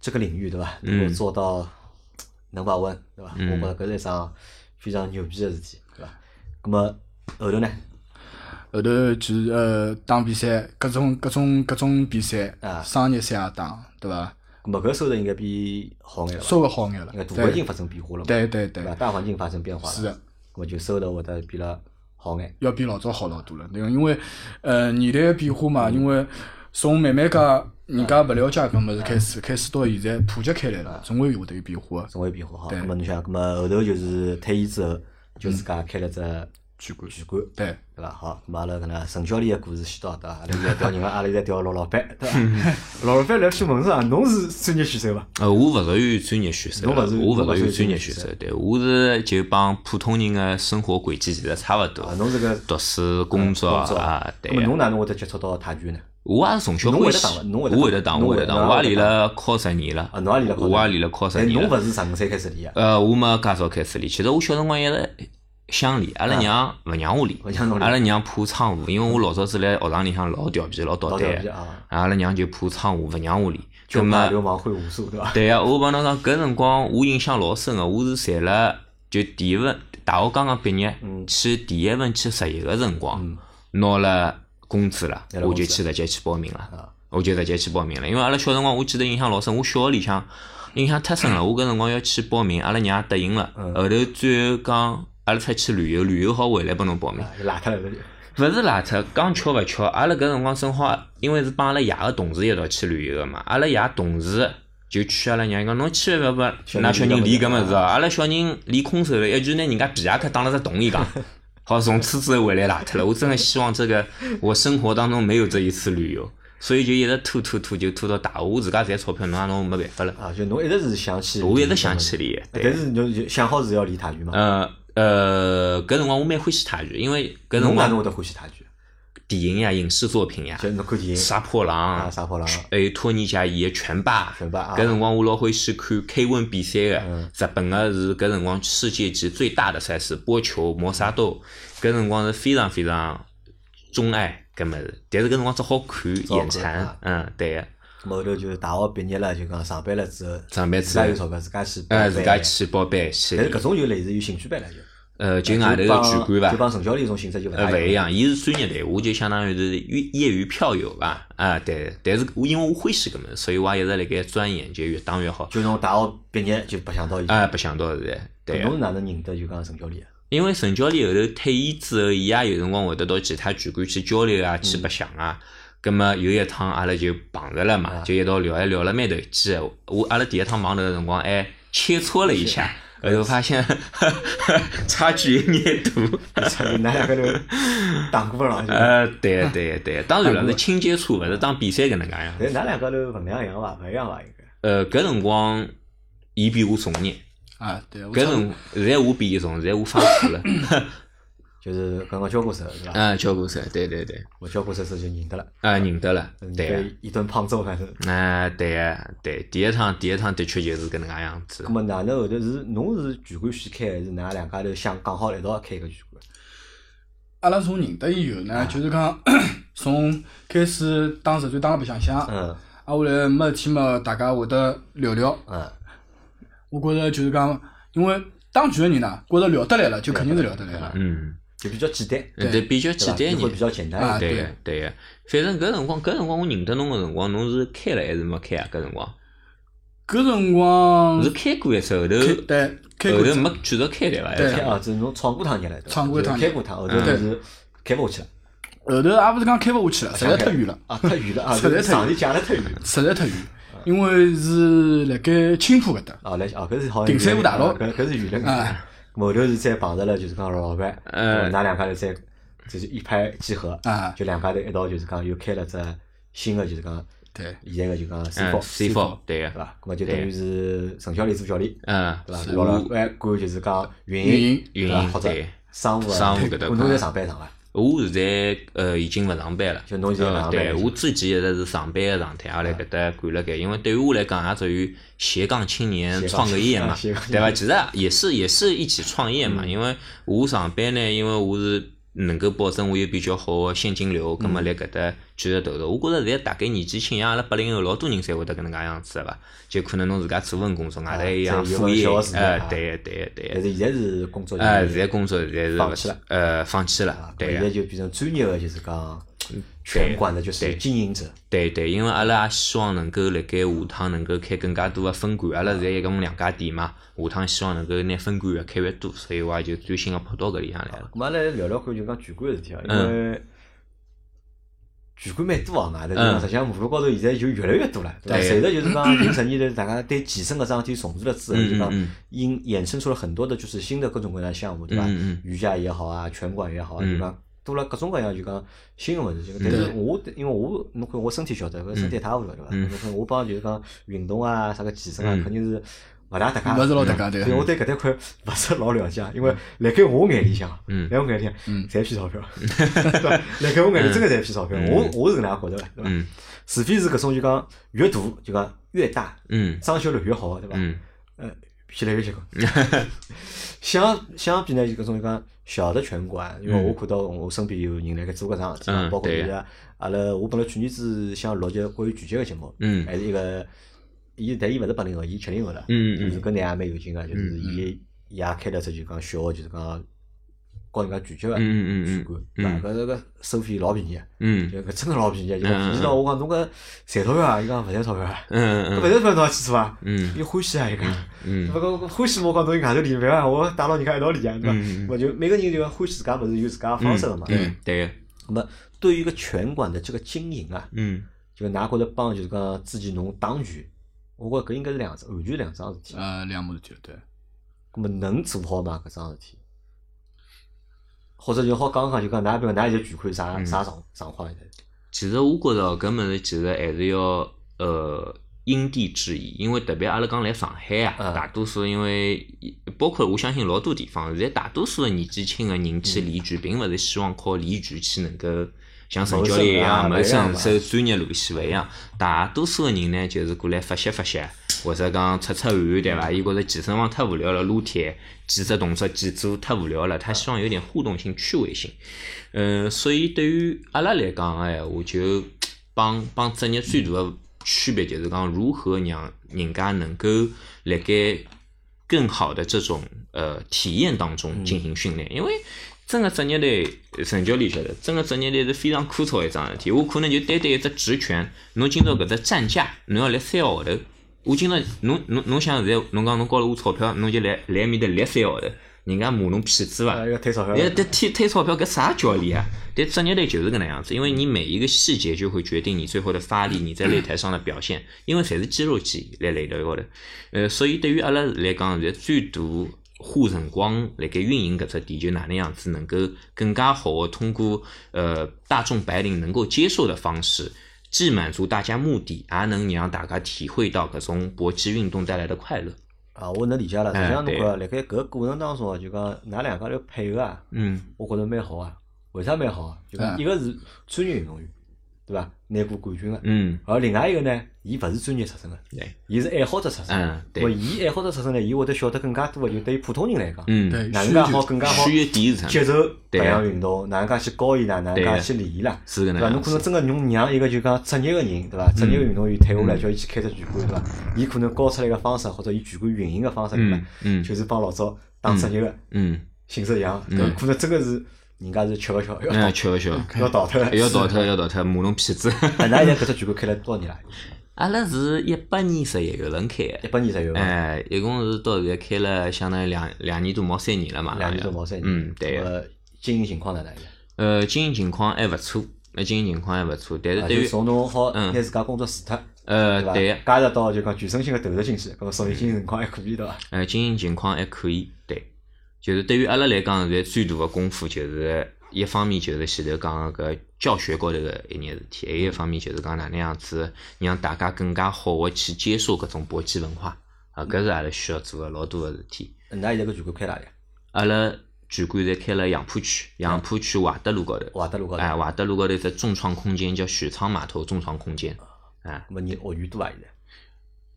A: 这个领域对伐？能
B: 嗯
A: 够做到能把稳对伐？我觉着搿是一桩非常牛逼个事体对伐？葛么后头呢？
B: 后头就是呃打比赛，各种各种各种比赛
A: 啊，
B: 商业赛也打，对伐？
A: 那么搿收入应该比好眼了吧？
B: 稍微好眼了
A: 因为，大环
B: 对
A: 境发生变化了嘛，
B: 对
A: 对
B: 对对
A: 吧？，大环境发生变化了，
B: 是的，
A: 那么就收入会得变了好眼。
B: 要比老早好老多了，对伐？因为呃年代的变化
C: 嗯
B: 嘛，因为呃从慢慢介人家勿了解搿物事开始，开始到现在普及开来了，总归会得有变化的。
A: 总会变化好。
B: 对
A: 那么侬想，那么后头就是退役之后，就自家开了只
B: 巨观，
A: 拳馆，
B: 对，
A: 对伐？好，那么阿拉搿能陈教练的故事先到搿搭，阿拉现在调人了，阿拉现在调老老板，对伐？ 老老板来去问上，侬是专业选手伐？
C: 呃，我勿属于专业选手
A: 侬
C: 啦，
A: 勿是
C: 我
A: 侬勿
C: 勿
A: 是
C: 属于专业
A: 专业
C: 选
A: 选
C: 手，对，我是就帮普通人的生活轨迹其实差勿多
A: 啊，，侬是个呃
C: 读书、工作
A: 工作
C: 啊，对
A: 那么
C: 呀
A: 侬哪能会得接触到泰拳呢？
C: 我也是从小
A: 侬会
C: 欢
A: 得
C: 喜
A: 打伐，侬
C: 我
A: 会得打
C: 会得打，
A: 侬
C: 我
A: 会得打侬会
C: 会得打，我也练
A: 得
C: 了靠十年了
A: 啊，，侬也练了高手，
C: 我也练了靠十
A: 但侬
C: 年了。
A: 勿是十五岁开始练啊？
C: 呃，我没介早开始练，其实我小辰光一直想练，阿拉娘勿让我练
A: 啊勿让侬，练
C: 阿拉娘怕窗户，因为我老早子来学堂里向老调皮，老捣
A: 老
C: 蛋
A: 调皮
C: 的，
A: 啊，
C: 阿拉娘就怕窗户，勿让我练。
A: 就
C: 葛末
A: 怕流氓会武术，对伐？
C: 对呀、我帮侬讲，搿辰光我印象老深个，我是赚了就第一份大学刚刚毕业，
A: 嗯
C: 去第一份去实习个辰光，拿了工资了
A: 拿，了
C: 我
A: 工
C: 就
A: 资啊
C: 去直接去报名了，我就直接去报名了。因为阿拉小辰光，我记得印象老深，我小学里向印象太深了。我搿辰光要去报名，阿拉娘答应了，
A: 嗯
C: 后头最后讲阿拉出去旅游，旅游好回来拨侬报名。
A: 啊，就邋遢了，
C: 勿是邋遢，讲巧勿巧，阿拉搿辰光正好，因为是帮阿拉爷个同事一道去旅游个嘛，阿拉爷同事就劝阿拉娘讲，侬千万勿要
A: 小
C: 拨
A: 人
C: 㑚小人
A: 练
C: 练
A: 搿
C: 搿
A: 物事
C: 物事哦，阿拉小人练空手了，一句拿人家皮夹克打了只洞，伊讲。 好，从此之后回来邋遢了。我真的希望这个我生活当中没有这一次旅游，所以就一直拖拖拖，就拖到大学。我自家赚钞票，侬也拿我没办法了。
A: 啊，就侬一直是想去，
C: 我一直想去，练，对。
A: 但是侬就想好是要练泰拳嘛？
C: 呃呃，搿辰光我蛮欢喜泰拳，因为搿辰
A: 侬哪能
C: 光
A: 会得欢喜泰拳？
C: 电影呀、影视作品呀，
A: 就侬看电影
C: 杀破
A: 啊，
C: 狼，
A: 杀破狼。
C: 还有托尼贾伊个拳霸。
A: 拳霸啊嗯
C: 搿辰光我老欢喜看 K 1比赛个，日本个是搿辰光世界级最大的赛事，波球、摩沙斗，搿辰光是非常非常钟爱搿物事。但是搿辰光只好看
A: 好
C: 眼
A: 看
C: 馋
A: 啊，
C: 嗯，对个。
A: 咁后头就是大学毕业了，就讲上班了之后，
C: 上班之
A: 自家
C: 后
A: 有钞票，自家去，
C: 呃，自家。去报班去
A: 但是
C: 练，
A: 搿种就类似于兴趣班了，就
C: 呃，就外头个
A: 帮
C: 拳馆
A: 就
C: 伐，
A: 帮陈教练种性质就勿
C: 呃，
A: 大
C: 勿一。样，伊是专业队，我就相当于是业业余票友伐，啊，对。但是我因为我欢喜搿物事，所以我也一直辣盖钻研，就越打越好。
A: 就从大学毕业就白相到现在，
C: 啊，白相到现在，对
A: 搿
C: 个
A: 侬是哪嗯能认得就讲陈啊教 练？
C: 因为陈教练后头退役之后，伊也有辰光会得到其他拳馆去交流啊，
A: 嗯
C: 去白相啊。葛么有一趟阿拉就碰着了嘛，
A: 啊
C: 就一道聊，还聊了蛮投机的。我阿拉第一趟碰头的辰光还切磋了一下，后头 发现差距有眼大。
A: 哪两个头打过了？ 就
C: 呃，对对对，当 然
A: 打
C: 了，
A: 哎过哎
C: 是轻接触，勿是当比赛搿能介样。
A: 但哪两个头分量一样伐？勿一样伐？应该。
C: 呃，搿辰光伊比我重眼，
B: 啊，对，我差
C: 搿
B: 不多
C: 辰光现在我比伊重，现在我放弃 了。
A: 就是搿辰光交过手是伐？
C: 嗯，交关赛，对对对，
A: 我交过手之后就认得了，
C: 啊，认得了，对个。
A: 被一顿胖揍还是？
C: 哎，对个，对，第一趟，第一趟的确就是搿能介样子
A: 葛。末哪能后头是侬是拳馆先开，还是㑚两家头想讲好一道开一个拳馆？
B: 阿拉从认得以后
C: 嗯
B: 呢，就是讲 从开始打实战打了白相相，啊，
A: 嗯
B: 后来没事体嘛，大家会得聊聊。
A: 嗯，
B: 我觉着就是讲，因为打拳的人呢，觉着聊得来了，就肯定是聊得来了。
C: 嗯，
A: 就比较简单，
B: 对
C: 对，比较
A: 对伐
C: 简单一
A: 就会比
C: 点。
A: 较简单一
B: 啊
A: 点。
C: 对
B: 对
C: 个，对个。反正搿辰光，搿辰光我认得侬个辰光，侬是开了还是没开啊？搿辰光
B: 搿辰光
C: 是，开过一次，后头
B: 嗯开对开
C: 后
B: 过
C: 头没继续开对伐？
B: 对啊
C: 还
A: 开
C: 是
A: 儿子侬闯过趟热了，对吧
B: 闯过一趟
A: 就是开过趟，后头
C: 嗯
A: 就是开不下去了，
B: 后头也勿是讲开勿下去了，实在太远了，
A: 啊，太远了啊，
B: 实在
A: 就是
B: 太
A: 上
B: 远
A: 里讲了太远
B: 实在太远，因为是辣盖青浦搿搭。
A: 啊，来啊，搿是好像
B: 顶山
A: 有
B: 湖大道
A: 搿搿是远了
B: 啊。
A: 后头是再碰着了，就是讲老板，
C: 呃
A: 㑚两家头再就是一拍即合
B: 啊，
A: 就两家头一道就是讲又开了只新的，就是讲
B: 对
A: 现在个就讲 C
C: 嗯
A: f
C: ，C
A: f
C: four 对
A: 对
C: 个，
A: 伐？搿么就等于是陈教练做教练，
C: 嗯，
A: 对伐？
C: 是
A: 老老
C: 我
A: 板管就是讲运
B: 运营
A: 营对伐
C: 运营
A: 或者
C: 对
A: 商务啊
C: 商务搿搭
A: 咾侬在上班上啊伐？
C: 我现在呃已经勿上班了，
A: 就侬现在勿上班哎
C: 呃对
A: 了
C: 我自己一直是上班个状态，也辣搿搭管了盖。因为对于我来讲，也属于斜杠青年
A: 斜杠
C: 创个业嘛
A: 青年啊斜杠，嗯青
C: 对伐？其实也是也是一起创业嘛。因为我上班呢，因为我是能够保证我有比较好个现金
A: 嗯
C: 流，葛末辣搿搭继续投入。我觉着现在大概年纪轻，像阿拉八零后老多人侪会得搿能介样子个伐？就可能侬自家做份工作，外头一样
A: 再啊有
C: 副
A: 份
C: 业
A: 小事，业
C: 呃
A: 啊，
C: 对个对个对
A: 但
C: 个。
A: 是现在是工作
C: 哎，
A: 就
C: 现
A: 是
C: 在工作现在是
A: 放
C: 勿
A: 弃了
C: 呃放弃了
A: 啊，
C: 对
A: 现
C: 个
A: 在。就变成专业的，就是讲全馆的就是
C: 对
A: 经营者，
C: 对对，因为阿拉也希望能够辣盖下趟能够开更加多的分馆，阿拉现在一共两家店嘛，下趟希望能够拿分馆越开越多，所以话就专心个跑到搿里向来了。
A: 咁阿拉聊聊看就讲拳馆个事体啊，因
C: 嗯
A: 为拳馆蛮多行啊，但
C: 嗯
A: 是实际上马路高头现在就越来越多了，对吧？
C: 对
A: 随着就是 讲近十年来大家对健身搿桩事体重视了之后，
C: 嗯
A: 就讲
C: 嗯嗯
A: 因衍生出了很多的就是新的各种各样的项目，对吧
C: 嗯嗯？
A: 瑜伽也好啊，拳馆也好啊，
C: 嗯
A: 就讲。多了各种各样就讲新的物事，就讲但是我因为我侬看我身体晓得，搿身体一塌糊涂了，对伐？
C: 嗯
A: 侬看我帮就是讲运动啊，啥个健身啊，
C: 嗯
A: 肯定是勿大搭界的，
B: 勿是老搭界对
A: 所以我对搿搭 块勿是老了解，因为辣盖我眼里向，
C: 嗯
A: 辣我眼里向，侪骗钞 票，对吧辣盖我眼里真个侪骗钞票，
C: 嗯
A: 我我是搿能介觉着，对伐？
C: 嗯
A: 除非是搿种就讲越大就讲越大，
C: 嗯
A: 装修率越好，对伐？
C: 嗯
A: 呃，骗来越 结棍。相相比呢，就搿种就讲小的拳馆，因为我看到我身边有人辣盖做搿桩事体嘛，
C: 嗯
A: 包括
C: 对
A: 现在阿拉我本来去年子想录节关于拳击个节目，
C: 嗯
A: 还是一个，伊但伊勿是八零后，伊七零后了，
C: 嗯
A: 就是
C: 嗯
A: 搿能也蛮有劲个，就是
B: 嗯
A: 伊也开了只就讲小学，就是讲教人家拳击个拳
C: 嗯嗯
A: 馆，对伐？
C: 嗯
A: 搿搿收费老便宜的，
C: 嗯
A: 就搿真个老便宜的，啊就讲
C: 嗯嗯
A: 便宜到我讲侬搿赚钞票啊，伊讲勿赚钞票啊，搿勿
C: 嗯
A: 赚钞票侬也去做啊？
C: 嗯
A: 伊欢喜啊，伊讲。
C: 嗯
A: 勿过我欢喜我讲侬外头练，勿要我带牢人家一道练啊，对
C: 嗯嗯
A: 伐？我就每个人就讲欢喜自家物事有自家方式个嘛。
C: 嗯对的，
A: 那么对于一个拳馆的这个经营啊，
C: 嗯
A: 就㑚觉着帮就是讲之前侬打拳，我觉着搿应该是两桩完全两桩事体。
B: 呃，两码事体，对。
A: 那么能做好吗？搿桩事体？或者就好讲讲，就讲㑚比如㑚现在拳馆
C: 嗯
A: 啥啥状状况现在？
C: 其实我觉着搿物事其实还是要呃因地制宜，因为特别阿拉讲来上海啊，
A: 嗯
C: 大多数因为包括我相信老多地方，现在大多数的年纪轻的人去练拳，并勿是希望靠练拳去能够像陈教练一样
A: 谋
C: 谋
A: 生啊
C: 生
A: 勿一样
C: 走专业路线，勿一样。大多数的人呢，就是过来发泄发泄，或者讲出出汗，对伐？伊觉着健身房太无聊了，撸铁几只动作几组太无聊了，他希望有点互动性、趣味性。嗯，所以对于阿拉来讲个闲话，就帮帮职业最大个区别就是讲如何让人家能够辣盖更好的这种呃体验当中进行训练，因为。真个职业队，陈教练晓得，真个职业队是非常枯燥的一桩事体。我可能就单单一只直拳，侬今朝搿只站架，侬要来三个号头。我今朝侬侬侬想现在侬讲侬交了我钞票，侬就来来面搭来三个号头，人家骂侬痞子伐？
A: 啊，要推钞票
C: 哎，这推推钞票搿啥教练啊？但职业队就是搿能样子，因为你每一个细节就会决定你最后的发力，你在擂台上的表现，因为侪是肌肉记忆来擂台高头。呃，所以对于阿拉来讲，现在最大花辰光辣盖运营搿只点，就哪能样子能够更加好的通过呃大众白领能够接受的方式。既满足大家目的，也能让大家体会到搿种搏击运动带来的快乐。
A: 啊，我能理解了。实际上侬
C: 哎对
A: 看啊，辣盖搿个过程当中啊，就讲㑚两家头配合啊，
C: 嗯
A: 我觉着蛮好啊。为啥蛮好啊？就
C: 哎
A: 讲
B: 嗯
A: 一个是专业运动员，对伐？拿过冠军个，
C: 嗯，
A: 而另外一个呢，伊勿是专业出身个，
C: 对，
A: 伊是爱好者出身。
C: 哎嗯对
A: 咾伊爱好者出身呢，伊会得晓得更加多个，就对于普通人来讲，
C: 嗯，
B: 对
A: 哪能介好更加好
C: 需要第一层，
A: 接受
C: 对
A: 搿
C: 啊
A: 项运动，哪能介去教伊啦，哪能
C: 对啊
A: 介去练伊啦。
C: 是搿
A: 对
C: 能
A: 伐？
C: 样
A: 侬
C: 子
A: 可能真个侬让一个就讲职业个人，对伐？职业运动员退下
C: 嗯
A: 来，叫伊去开只拳馆，对伐？伊可能教出来个方式，或者伊拳馆运营个方式，对伐
C: 嗯？嗯
A: 就是帮老早打职业个
C: 嗯，
A: 性质一样，
C: 嗯
A: 搿可能真个是人家是吃勿消，要
C: 那吃勿消，
A: 要倒脱了，
C: 嗯 要倒脱，要倒脱，骂侬痞子。
A: 啊。那现在搿只拳馆开了多少年了？
C: 阿拉是一八年十一月份开
A: 一
C: 的，
A: 百年左右伐？
C: 哎，一共是到现在开了相当于两两年多，毛三年了嘛，
A: 两年多毛三年。
C: 嗯，对个。
A: 呃，经营情况哪能样？
C: 呃，经营情况还勿错，那经营情况还勿错，但是
A: 啊
C: 呃对
A: 就
C: 于
A: 从侬好
C: 嗯
A: 拿自家工作辞脱，
C: 呃
A: 对伐？
C: 对个，
A: 加入到就讲全身心个投入进去，搿么说明经营情况还可以，对伐？
C: 呃，经营情况还可以，对，就是对于阿拉来讲，现在最大的功夫就是一方面就是前头讲个搿教学高头个一眼事体，还有一方面就是讲哪能样子让大家更加好个去接受搿种搏击文化，啊，搿是阿拉需要做个老多个事体。
A: 㑚现在搿拳馆开哪里啊？
C: 阿拉拳馆现在开了杨浦区，杨浦区怀德路高头，
A: 华德路高头。
C: 哎，怀德路高头有只众创空间叫许昌码头众创空间，哎，
A: 搿么人学员多伐？现在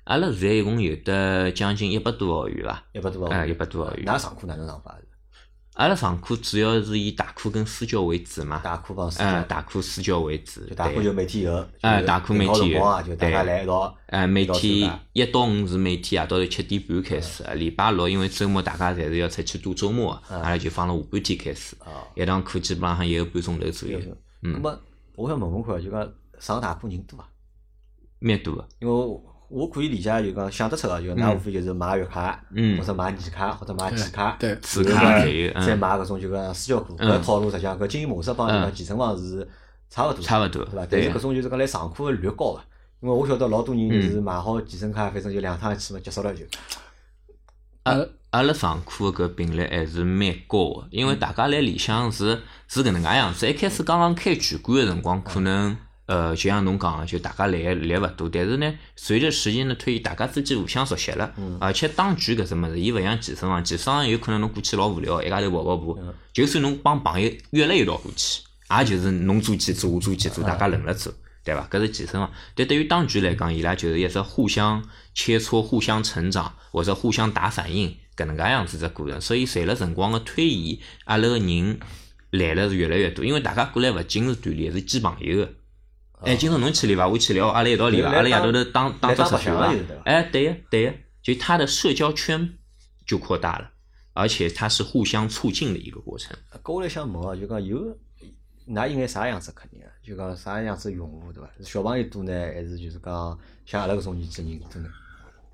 C: 阿拉现在一共有得将近一百多个学员伐。
A: 一百多伐？
C: 哎一百多学员
A: 㑚上课哪能上法？
C: 阿拉上课主要是以大课跟私教为主嘛，
A: 大课帮私
C: 呃，
A: 教，
C: 大课私教为主，
A: 就大课
C: 对
A: 就每天有，
C: 哎
A: 就是
C: 大课每
A: 定好
C: 天
A: 辰
C: 有
A: 光啊，就大家
C: 对
A: 来一道。
C: 呃，每
A: 一道
C: 天
A: 参加
C: 一到五是每天夜啊到头七点半开始，啊礼拜六因为周末大家侪是要出去度周啊末，阿拉就放了下半天开始，
A: 啊
C: 一堂课基本浪向一个半钟头左右。
A: 那么我想问问看，就讲上大坡人多伐？
C: 蛮多的。
A: 因为我我可以理解，就讲想得出个，就讲㑚无非就是买月卡，
C: 嗯
A: 或者买年卡，或者买季卡，
B: 对
C: 此卡
A: 然后
C: 侪有嗯
A: 再买搿种就讲私教课，
C: 嗯
A: 搿套路实际上搿经营模式帮就讲
C: 嗯
A: 健身房是差勿多，
C: 差勿
A: 对
C: 多
A: 伐？但
C: 对
A: 是搿种就是讲来上课的率高伐？因为我晓得老多人
C: 嗯
A: 就是买好健身卡，反正就两趟去嘛，结束了就。
B: 呃
C: 阿阿拉上课搿频率还是蛮高的，因为大家来里向是是搿能介样子。一开始刚刚开拳馆个辰光，可能呃，就像侬讲个，就大家来个来勿多，但是呢，随着时间的推移，大家之间互相熟悉了，而且打拳搿只物事，伊勿像健身房，健身房有可能侬过去老无聊，一家头跑跑步，就算侬帮朋友约了一道过去，也就是侬做几组，我做几组，大家轮了做。对伐？搿是健身房，但对于当局来讲，伊拉就是一只互相切磋、互相成长或者互相打反应搿能介样子只过程。所以随了辰光个推移，阿拉个人来了是越来越多，因为大家过来勿仅是锻炼，是见朋友个。哎，今朝侬去练伐？我去练，哦阿拉一道练伐？
A: 哦来
C: 阿拉夜
A: 当
C: 头头当
A: 来
C: 当做
A: 当
C: 出
A: 白
C: 去
A: 相
C: 伐
A: 了就是对伐？
C: 哎，对呀，对呀，就他的社交圈就扩大了，而且它是互相促进的一个过程。
A: 搿我来想问哦，就讲有，㑚应该啥样子客人啊？就讲啥样子用户对伐？是小朋友多呢，还是就是讲像阿拉搿种年纪人多呢？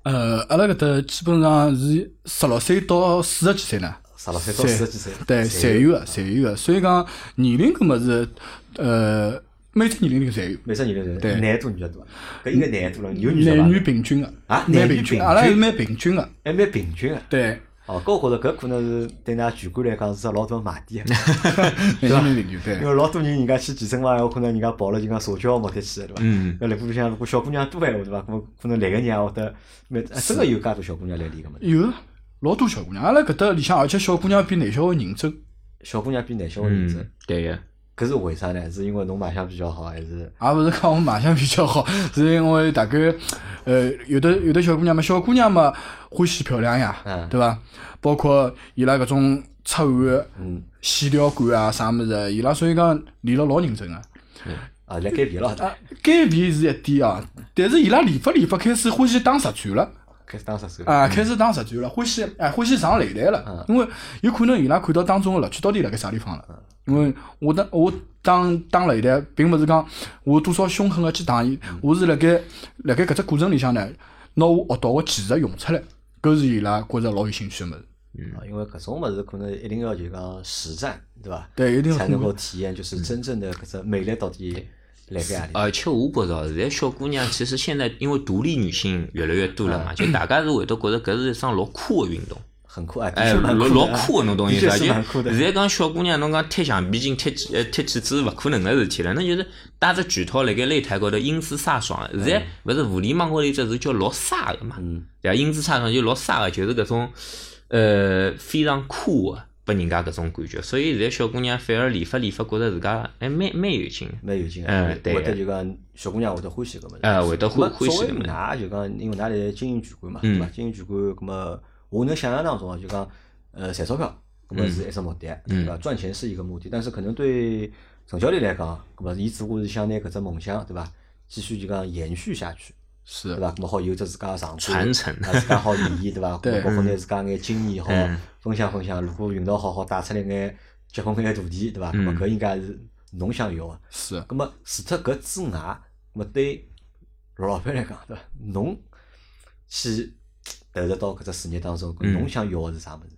B: 呃，阿拉搿搭基本上是十六岁到四十几岁呢，
A: 十六岁到四十几岁，
B: 对，
A: 侪
B: 侪有个，侪有个。所以讲年龄搿物事，呃，每只年龄侪有。
A: 每只年龄
B: 对
A: 人男多女的多伐？搿应该男的多了，有女的伐
B: 男女平均个，
A: 啊
B: 蛮
A: 男女
B: 平均
A: 平
B: 的，阿拉还是
A: 均
B: 蛮平均个，
A: 还蛮平均个。
B: 对，
A: 哦，搿我觉着搿可能是对㑚全国来讲是只老大的卖 点，
B: 男女平均，对
A: 因。为老多人人家去健身房，有可能人家抱了就讲社交目的去的对伐？
C: 嗯，
A: 那来部里向如果小姑娘多闲话对伐？
B: 嗯
A: 咾可能来个人也会得蛮，哎真个有介多小姑娘来练搿么？
B: 有啊老多小姑娘，阿拉搿搭里向，而且小姑娘比男小孩认真。
A: 小姑娘比男小孩认真
C: 嗯。，对呀，
A: 搿是为啥呢？是因为侬卖相比较好，还是
B: 也勿是讲我卖相比较好，是因为大概呃有的有的小姑娘嘛，小姑娘嘛欢喜漂亮呀，
A: 嗯
B: 对伐？包括伊拉搿种出汗的
A: 嗯
B: 线条感啊啥物事，伊拉所以讲练了老认真个。
A: 啊来改变了？
B: 啊，减肥是一点啊，但是伊拉练法练法开始欢喜打实战了。
A: 开始打十岁，
B: 啊，开始打实战了，欢喜哎，欢喜上擂台了，因为有可能伊拉看到当中个乐趣到底辣盖啥地方了。因为我当我当当擂台，并勿是讲我多少凶狠个去打伊，我是辣盖辣盖搿只过程里向呢，拿我学到个技术用出来，搿是伊拉觉着老有兴趣个物事。
A: 啊因为搿种物事可能一定要就讲实战，对伐？
B: 对一定要
A: 才
B: 通
A: 能
B: 过
A: 够体验，就是真正的搿只魅力到底辣盖何里。
C: 而且我觉着，现在小姑娘其实现在因为独立女性越来越多了
A: 嗯
C: 嘛，就大家是会得觉着搿是一桩老酷的运动，
A: 很酷啊，的
C: 哎，
A: 确
C: 老
A: 蛮
C: 老
A: 的啊
C: 酷的侬懂意思伐？
A: 的确
C: 就是
A: 蛮酷的
C: 现在讲小姑娘，侬讲贴橡皮筋、贴几呃贴起子是勿可能个事体了，那就是戴只拳套辣盖擂台高头英姿飒爽。现
A: 嗯
C: 在勿是互联网高头有只词叫老飒个嘛，对伐？英姿飒爽就老飒个，就是搿种呃非常酷个。拨人家搿种感觉，所以现在小姑娘反而理发理发，觉着自家还蛮蛮有劲的。
A: 蛮有劲
C: 嗯
A: 的，
C: 对
A: 会得就讲小姑娘会得欢喜搿物事，
C: 哎会得欢
A: 咁么
C: 欢喜
A: 作为
C: 搿物事
A: 㑚就讲，因为㑚现在经营拳馆嘛，对伐？经营拳馆，咁么我能想象当中啊，就讲呃赚钞票，咁么是一只目的，啊对伐？赚钱是一个目的，但是可能对陈教练来讲，咁么伊只顾是想拿搿只梦想，对伐？继续就讲延续下去，
B: 是
A: 对伐？咁么好有只自家的长处，
C: 传承
A: 啊自家好利益，对 伐？
B: 对
A: 包括拿自家眼经验好
C: 嗯
A: 分享分享，如果运道好好带出来眼结棍眼徒弟，对伐？咁么
C: 嗯
A: 搿应该是侬想要个。
B: 是，
A: 咁么除脱搿之外，咁么对老板来讲，对伐？侬去投入到搿只事业当中，搿
C: 嗯
A: 侬想要个是啥物事？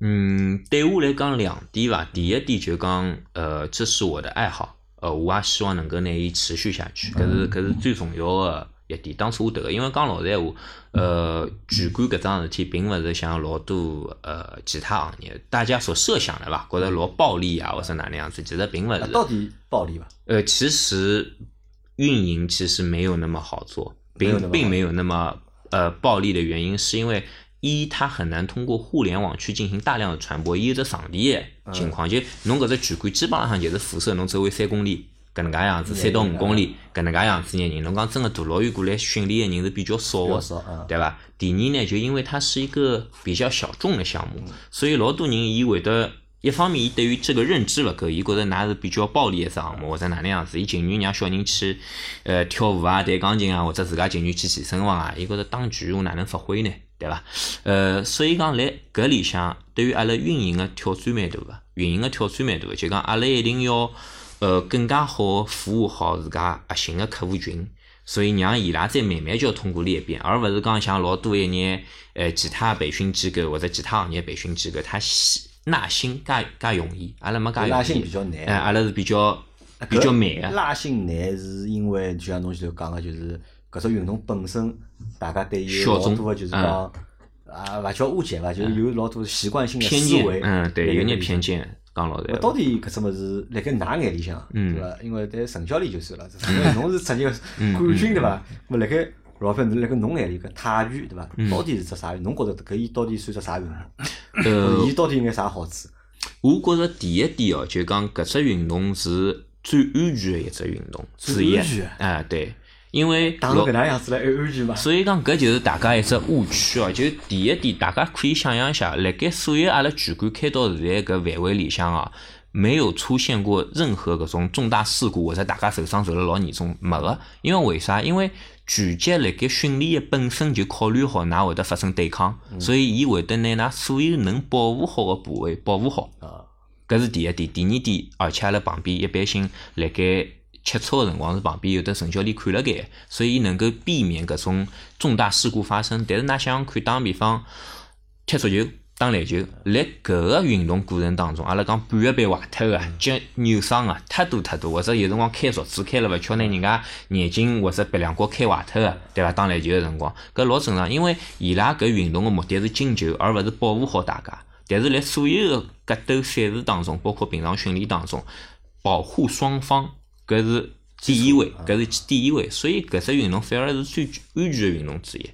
C: 嗯，对我来讲两点伐。第一点就讲，呃，这是我的爱好，呃，我也希望能够拿伊持续下去，搿是搿是最重要个一点。当初我迭个，因为讲老实闲话，呃，拳馆搿桩事体并勿是像老多呃其他行业大家所设想的伐，觉着老暴利啊或者哪能样子，其实并勿
A: 啊
C: 是。
A: 到底暴利伐？
C: 呃，其实运营其实没有那么好做，
A: 没有那么
C: 并
A: 好
C: 并没有那么呃暴利的原因，是因为一它很难通过互联网去进行大量的传播，伊有只场地的
A: 嗯
C: 情况，就侬搿只拳馆基本浪向就是辐射侬周围三公里。搿能介样
A: 嗯
C: 子，三到五公里搿能介样子眼人，侬讲真个大老远过来训练个人是比较少
A: 比
C: 个
A: 较，少啊。
C: 对伐？第二呢，就因为它是一个比较小众的项目，所以老多人伊会得一方面伊对于这个认知勿够，伊觉着㑚是比较暴力一只项目或者哪能样子，伊情愿让小人去呃跳舞啊、弹钢琴啊，或者自家情愿去健身房啊，伊觉着打拳我哪能发挥呢？对伐？呃，所以讲来搿里向对于阿拉运营个挑战蛮大个，运营个挑战蛮大个，就讲阿拉一定要呃更加好服务好自家核心个客户群，所以让伊拉再慢慢叫通过裂变，而勿是讲像老多一眼呃其他培训机构或者其他行业培训机构，它吸纳新介介容易，阿拉没介容易，
A: 拉新比较难
C: 哎，阿拉是比较比较慢个。
A: 拉新难是因为就像侬前头讲个，就是搿只运动本身，大家对伊
C: 小
A: 老
C: 众
A: 多个就是讲啊，勿叫误解伐，就是有老多习惯性的
C: 偏
A: 思
C: 见
A: 维，，
C: 嗯，对，有眼偏见，讲老实
A: 那
C: 闲
A: 到
C: 话，
A: 底搿只物事辣盖㑚眼里向，
C: 嗯
A: 对伐？因为对陈教练就算了，因为侬是职业冠军对伐？那么辣盖老板，侬辣盖侬眼里搿泰拳对伐？到底是只啥运动？侬觉着搿伊到底算只啥运动？
C: 呃，
A: 伊到底有眼啥好处？
C: 我觉着第一点哦，就讲搿只运动是最安全的一只运动，
A: 最
C: 之一
A: 安全。
C: 哎，对，因为
A: 打成
C: 老
A: 搿能样子了，还安全伐？
C: 所以讲，搿就是大家一只误区哦。就第一点，大家可以想象一下，辣盖所有阿拉拳馆开到现在搿范围里向啊，没有出现过任何搿种重大事故或者大家受伤受了老严重，没个。因为为啥？因为拳击辣盖训练的本身就考虑好㑚会得发生对抗，
A: 嗯
C: 所以伊会得拿㑚所有能保护好的部位保护好。
A: 啊，
C: 搿是第一点，第二点，而且阿拉旁边一般性辣盖切磋个辰光是旁边有得陈教练看辣盖，所以伊能够避免搿种重大事故发生。但是㑚想想看，打个比方，踢足球、打篮球，辣搿个运动过程当中，阿拉讲半个被坏脱个、脚扭伤个，太多太多，或者有辰光开勺子开了勿巧拿人家眼睛或者鼻梁骨开坏脱个，对伐？打篮球个辰光，搿老正常，因为伊拉搿运动个目的是进球，而勿是保护好大家。但是辣所有个格斗赛事当中，包括平常训练当中，保护双方搿是第一位，搿是第一位，所以搿只运动反而是最安全个运动之一。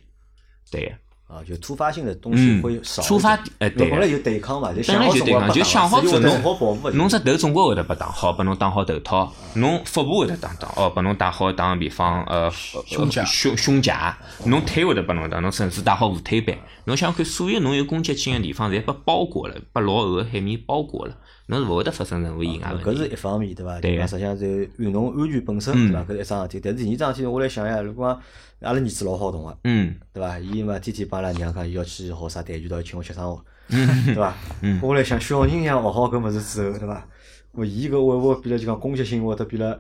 C: 对个。
A: 啊，就突发性的东西会少一点。
C: 嗯突发哎对
A: 因为本来有对抗嘛，就
C: 本
A: 想
C: 来
A: 好
C: 就
A: 怎
C: 对
A: 么
C: 讲，就想好
A: 做
C: 做侬
A: 好保护的
C: 侬只头总归会得拨打好，拨侬打好头套，侬腹部会得打打哦，拨侬打好打个比方呃
B: 胸甲
C: 胸胸甲，侬腿会得拨侬打，侬甚至打好无腿板。侬想想看，所有侬有攻击性个地方侪被包裹了，被老厚个海绵包裹了，侬是勿会得发生任何意外
A: 啊
C: 问
A: 搿
C: 题。
A: 是一方面对伐？
C: 对啊
A: 就讲
C: 嗯
A: 实际上是运动安全本身对伐？搿是一桩事体。但是第二桩事体，我来想一下，如果讲阿拉儿子老好动个，
C: 嗯，
A: 对伐？伊嘛天天帮阿拉娘讲，伊要去学啥跆拳道，请我吃生 活，对伐？
C: 嗯
A: 我来想，小人像学好搿物事之后，对伐？我伊搿会勿会变了就讲攻击性会得变了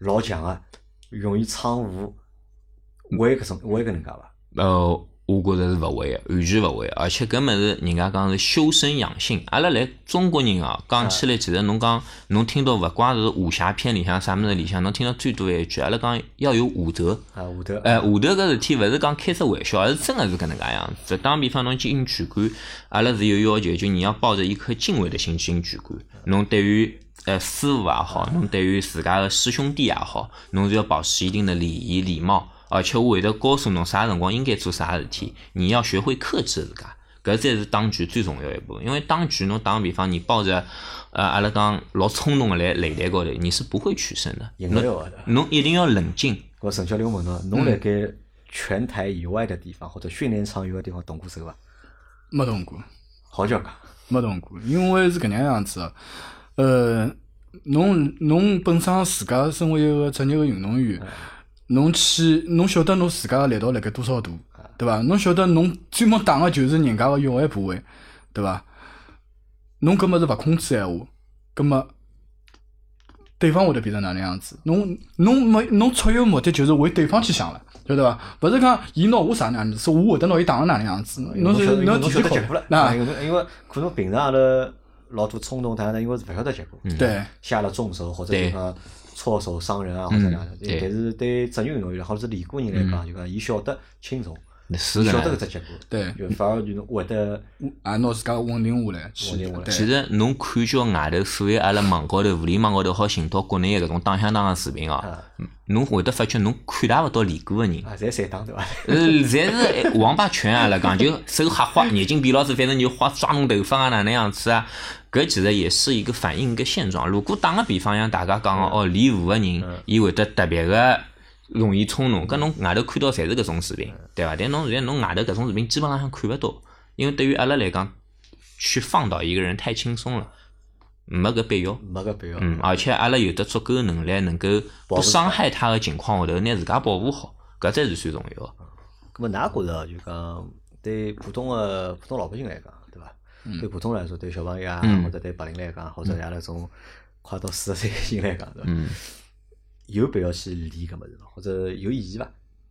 A: 老强个，容易闯祸，会搿种会搿能介伐？
C: 呃，我觉着是勿会个，完全勿会。而且搿物事，人家讲是修身养性。阿拉来中国人啊，讲起来，其实侬讲，侬听到勿光是武侠片里向啥物事里向，侬听到最多的一句，阿拉讲要有武德。
A: 啊，下头
C: 哎，下头搿事体勿是讲开只玩笑，而是真个是搿能介样子。打比方，侬进拳馆，阿拉是有要求，就你要抱着一颗敬畏的心进拳馆。侬对于呃师傅也好，侬对于自家的师兄弟也好，侬是要保持一定的礼仪礼貌，而且我会得告诉侬啥辰光应该做啥事体，你要学会克制自家。搿才是打拳最重要一部分，因为打拳侬打个比方，你抱着，呃，阿拉讲老冲动个来擂台高头，你是不会取胜的。
A: 赢勿了个。对伐
C: 侬一定要冷静，
A: 搿陈教练我问
B: 嗯
A: 侬，侬辣盖拳台以外的地方或者训练场以外的地方动过手伐？
B: 没动过。
A: 好叫讲，
B: 没动过，因为是搿能样子的，呃，侬侬本身自家身为一个职业个运动
A: 嗯
B: 员，侬去侬晓得侬自家个力道辣盖多少大，
A: 嗯
B: 对伐？侬晓得侬专门打个就是人家个要害部位，对伐？侬搿么是勿控制闲话，搿么对方会得变成哪能样子？侬侬没侬出于目的就是为对方去想了，晓得伐？勿是讲伊拿我啥能样子，是我会得拿伊打成哪能样子。侬
A: 晓
B: 是
A: 得侬
B: 侬提
A: 晓
B: 前
A: 得
B: 考
A: 结
B: 虑
A: 果了，
B: 那
A: 啊因为因为可能平常阿拉老多冲动，但是因为是勿晓得结果，
B: 对。
A: 下了重手或者
C: 对
A: 就讲操手伤人啊或者哪
B: 嗯
A: 能，
C: 对
A: 但是对职业运动员或者是练过人来讲，就讲伊晓得轻重，
C: 是
A: 晓
C: 搿能
A: 得搿
C: 样
A: 只结果，
B: 对
A: 就反而就会得
B: 啊，拿自家稳定下来，去
A: 稳定下来
B: 对
C: 其实侬看叫外头所有阿拉网高头、互联网高头好寻到国内个搿种打相打个视频哦
A: 啊，
C: 侬会得发觉侬看大勿到练过个人，
A: 啊，侪散打对伐？
C: 呃，侪是王八拳阿拉讲，就手瞎花，眼睛闭牢子，反正就花抓侬头发啊，哪能样子啊？搿其实也是一个反映一个现状。如果打个比方，像大家
A: 嗯
C: 讲个哦，练武个人，伊会得特别个容易冲
A: 嗯
C: 动，搿侬外头看到侪是搿种视频，对伐？但侬现在侬外头搿种视频基本浪向看勿到，因为对于阿拉来讲，去放倒一个人太轻松了，没搿必 要。
A: 没搿必要。
C: 嗯，而且阿拉有得足够能力，能够
A: 保
C: 不
A: 护自
C: 伤害他个情况下头，拿自家保护好，搿才是最重要的。
A: 咁么，㑚觉着就讲对普通个普
C: 嗯
B: 嗯
A: 通老百姓来讲，对伐？对普通来说，对小朋友啊，或者对白领来讲，或者像那种快到四十岁心来讲，对伐？
C: 嗯
A: 有必要去练搿物事伐？或者有意义伐？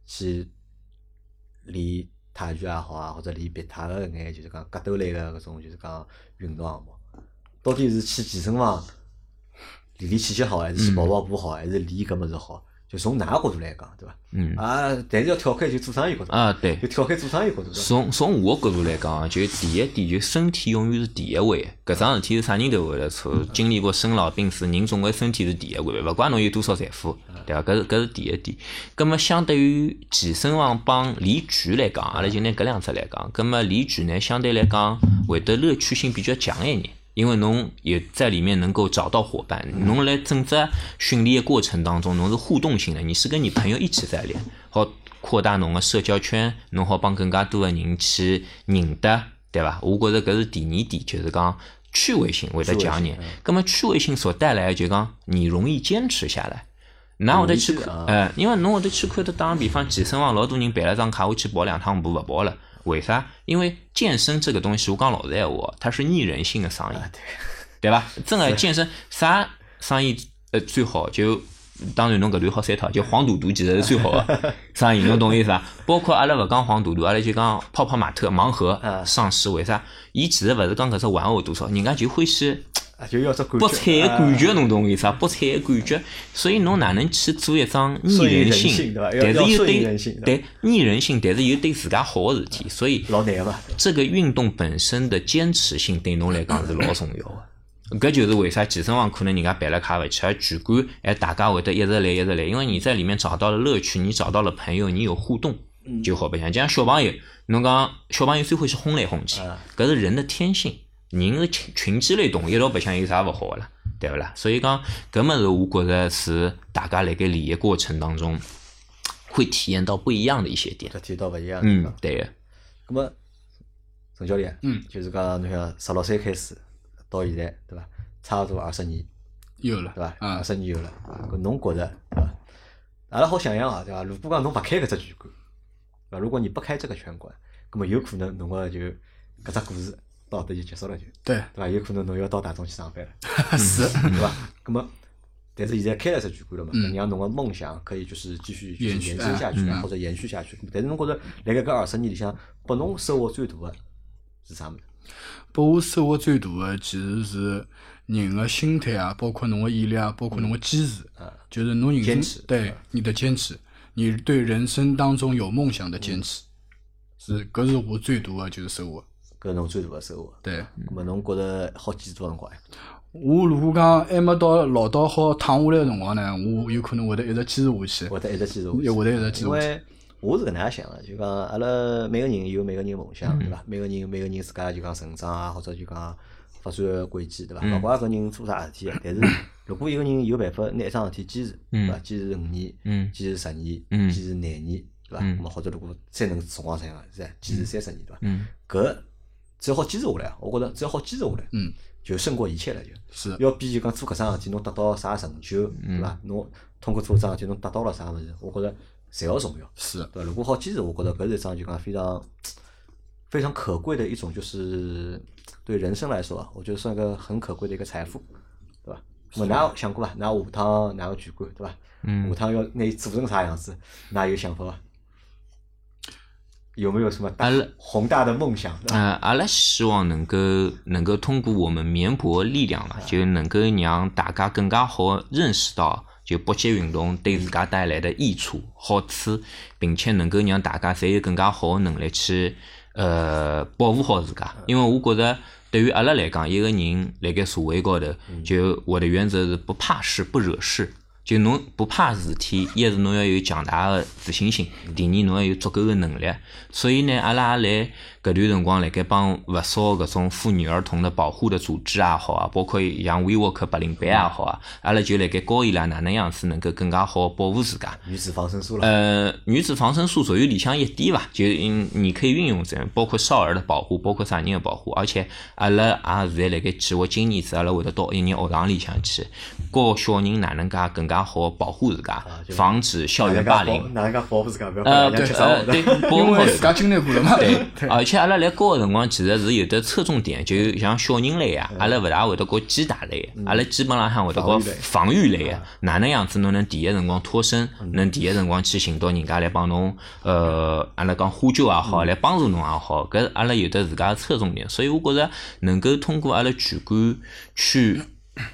A: 去练泰拳也好啊，或者练别泰个搿眼就是讲格斗类个搿种就是讲运动项目，到底是去健身房练练器械好，还是
C: 嗯
A: 去跑跑步好，还是练搿物事好？就从㑚角度来讲，对伐？
C: 嗯
A: 啊，但是要跳开就做生意角度，
C: 啊，对
A: 就，跳开做生意角度，对伐
C: 从从我角度来讲，啊就第一点，就身体永远是第一位。搿桩事体是啥人都会得错，经历过生老病死，人总归身体是第一位，勿管侬有多少财富，对伐？搿是搿是第一点。葛么相对于健身房帮练拳来讲，阿拉就拿搿两只来讲，葛么练拳呢相对来讲会得乐趣性比较强一点。因为侬也在里面能够找到伙伴，侬来整个训练的过程当中，侬是互动性的，你是跟你朋友一起在练，好扩大侬的社交圈，侬好帮更加多的人去认得，对伐？我觉着搿是第二点，就是讲趣味性会得强一点。
A: 嗯
C: 葛么趣味性所带来的就是讲你容易坚持下来。哪会得去
A: 容易坚持啊
C: 看？呃，因为侬会得去看得打个比方，健身房老多人办了张卡，我去跑两趟步，勿跑了。为啥？因为健身这个东西，我讲老实闲话，它是逆人性的生意。
A: 啊
C: 对伐？真个健身啥生意呃最好就。当然，侬搿段好删脱，就黄赌毒其实是最好 的生意，侬懂意思伐？包括阿拉勿讲黄赌毒，阿拉就讲泡泡玛特、盲盒
A: 啊
C: 上市，为啥？伊其实勿是讲搿只玩偶多少，人家就欢喜
A: 啊，就要只感觉，啊哎
C: 博彩的感觉，侬懂我意思伐？博彩的感觉，所以侬哪能去做一桩逆
A: 顺应人
C: 人
A: 性对
C: 性
A: 伐，要
C: 但
A: 要
C: 是又
A: 顺应
C: 对
A: 人性对
C: 对逆人性，但是又对自家好的事体，所以
A: 啊老难个嘛。
C: 这个运动本身的坚持性对侬来讲是老重要的。搿就是为啥健身房可能人家办了卡勿去，而拳馆哎大家会得一直来一直来，因为你在里面找到了乐趣，你找到了朋友，你有互动就好白相。就像小朋友，侬讲小朋友最欢喜哄来哄去
A: 啊，
C: 搿是人的天性，人是群群居类动物，一道白相有啥勿好个啦？对勿啦？所以讲搿物事，我觉着是大家辣盖练的过程当中会体验到不一样的一些点。
A: 这提到勿一样。
C: 嗯，对个。
A: 咁么，陈教练，
B: 嗯，
A: 就是讲侬想十六岁开始到现在，对伐？差勿多二十年，
B: 有了，
A: 对伐？
B: 啊
A: 二，十年有了，搿侬觉着对伐？阿拉好想象啊，对伐？如果讲侬勿开搿只拳馆，对伐？如果你不开这个拳馆，咁么有可能侬个就搿只故事到这就结束了就，对
B: 对，
A: 伐？有可能侬要到大众去上班了，
B: 是，
A: 对伐？咁么。但是现在开了只拳馆了嘛，
B: 嗯
A: 让侬个梦想可以就是继续就是延
B: 延续
A: 伸
B: 啊
A: 下去
B: 嗯
A: 或者延续下去。但是侬觉着辣盖搿二十年里向，拨侬收获最大个是啥物事？
B: 拨我收获最大的其实是人的心态啊，包括侬的毅力啊，包括侬的坚持
A: 嗯，
B: 就是侬人生
A: 坚持
B: 对你的坚持，你对人生当中有梦想的坚持，是搿是我最大的就是收获。
A: 搿是侬最大个收获。
B: 对
A: 咁么侬觉着好坚持多少辰光呀？
B: 我如果讲还没到老到好躺下来的辰光呢，我有可能会得一直坚持下去
A: 会。得一直坚持下去，
B: 也会得一直坚持
A: 因
B: 下去
A: 为我是搿能样想的，就讲阿拉每个人有每个人的梦
C: 嗯
A: 想，对伐？每个人有每个人自家就讲成长啊，或者就讲发展的轨迹，对伐？
C: 嗯
A: 勿怪搿人做啥事体的， 但是如果一个人有办法拿一桩事体坚持，对伐？坚持五年，
C: 嗯
A: 坚持十年，
C: 嗯
A: 坚持廿年，对伐？
C: 嗯
A: 咁么或者如果再能辰光长啊，是吧坚持三十年，对伐？
C: 嗯
A: 搿只要好坚持下来，啊我觉着只要好坚持下来，
B: 嗯，
A: 就胜过一切了，就是要比就讲做搿桩事体，侬得到啥成就，
C: 嗯
A: 对伐？侬通过做搿桩事体，侬得到了啥物事，我觉着侪要重要，
B: 是，
A: 对伐？如果好坚持，我觉着搿是一桩就讲非常非常可贵的一种，就是对人生来说啊，我觉得算个很可贵的一个财富，对伐？我哪有想过伐？㑚下趟哪个举官，对伐？下
C: 嗯，
A: 趟要拿伊做成啥样子，㑚有想法伐？有没有什么大
C: 阿拉
A: 宏大的梦想？对伐
C: 呃，阿拉希望能够能够通过我们绵薄的力量嘛，就能够让大家更加好认识到就搏击运动对自家带来的益处、好处，并且能够让大家侪有更加好的能力去呃保护好自家，因为我觉着。对于阿拉来讲，一个人辣盖社会高头，就我的原则是不怕事不惹事，就侬不怕事体，一是侬要有强大的自信心，第二侬要有足够的能力。所以呢，阿拉也来搿段辰光辣盖帮勿少搿种妇女儿童的保护的组织也好啊，包括像 WeWork 白领班也好啊，阿拉就辣盖教伊拉哪能样子能够更加好保护自家。
A: 女子防身术了，
C: 呃，女子防身术属于里向一点伐，就嗯，你可以运用这样，包括少儿的保护，包括啥人的保护，而且阿拉也现在辣盖计划今年子阿拉会得到一年学堂里向去，教小人哪能介更加家好保护自家
A: 啊，就
C: 防止校园呃霸凌。
A: 哪能介保护自家？不要
C: 呃，
A: 让人家吃
C: 呃，
A: 伤
C: 对，保
B: 因
C: 护好
B: 为
C: 自
B: 自家
C: 家。
B: 经历过了嘛。
C: 对，而且阿拉来教个辰光，其实是有的侧重点，就像小人类啊，阿拉勿大会得搞击打类，阿拉基本浪向会得搞
A: 防御类
C: 嗯防御类个，啊嗯哪能样子侬能第一辰光脱身，能第一辰光去寻到人家来帮侬，呃，阿拉讲呼救也好，来帮助侬也好，搿阿拉有的自家的侧重点，所以我觉着能够通过阿拉全观去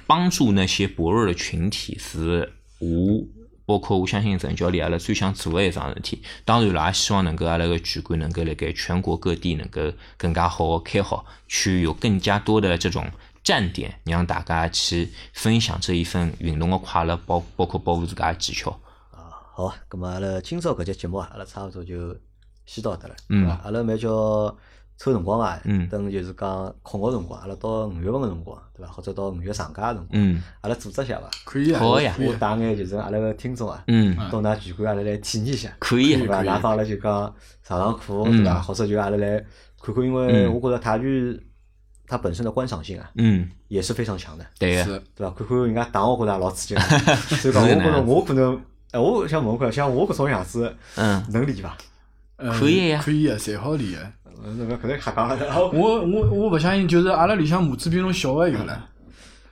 C: 帮助那些薄弱的群体是我。包括我相信陈教练，阿拉最想做的一桩事体。当然了，也希望能够阿拉个拳馆能够辣盖全国各地能够更加好个开好，去有更加多的这种站点，让大家去分享这一份运动的快乐，包包括保护自家的技巧。
A: 啊，好啊，咁么阿拉今朝搿节节目啊，阿拉差勿多就先到得了，
C: 嗯
A: 是吧阿拉蛮叫抽辰光啊，
C: 嗯
A: 等就是讲空个辰光，阿拉到五月份个辰光，对伐？或者到五月长假个辰光，
C: 嗯
A: 阿拉组织下伐？
B: 可以啊，
C: 好呀
B: 可以
A: 我
B: 啊
A: 带眼就是阿拉个听众啊，
C: 嗯，
A: 到㑚拳馆阿拉来体验一下。
C: 可以啊
A: 对伐？
B: 可以
A: 㑚帮阿拉就讲上上课，对伐？
C: 嗯
A: 或者就阿拉来看看，因为
C: 嗯
A: 我觉着泰拳它本身的观赏性啊
C: 嗯，
A: 也是非常强的，
C: 对啊个，
B: 是
A: 对伐？看看人家打，我觉着也老刺激 的。所以讲，我
C: 是
A: 觉着
C: 呢
A: 我可能，哎，我想问看，像我搿种样子
C: 嗯
A: 能理伐？
B: 呃
C: 可以啊
B: 可以啊，侪好理啊。
A: 呃那么搿能瞎讲了。
B: 我我我勿相信，就是阿拉里向母子比侬小个有了，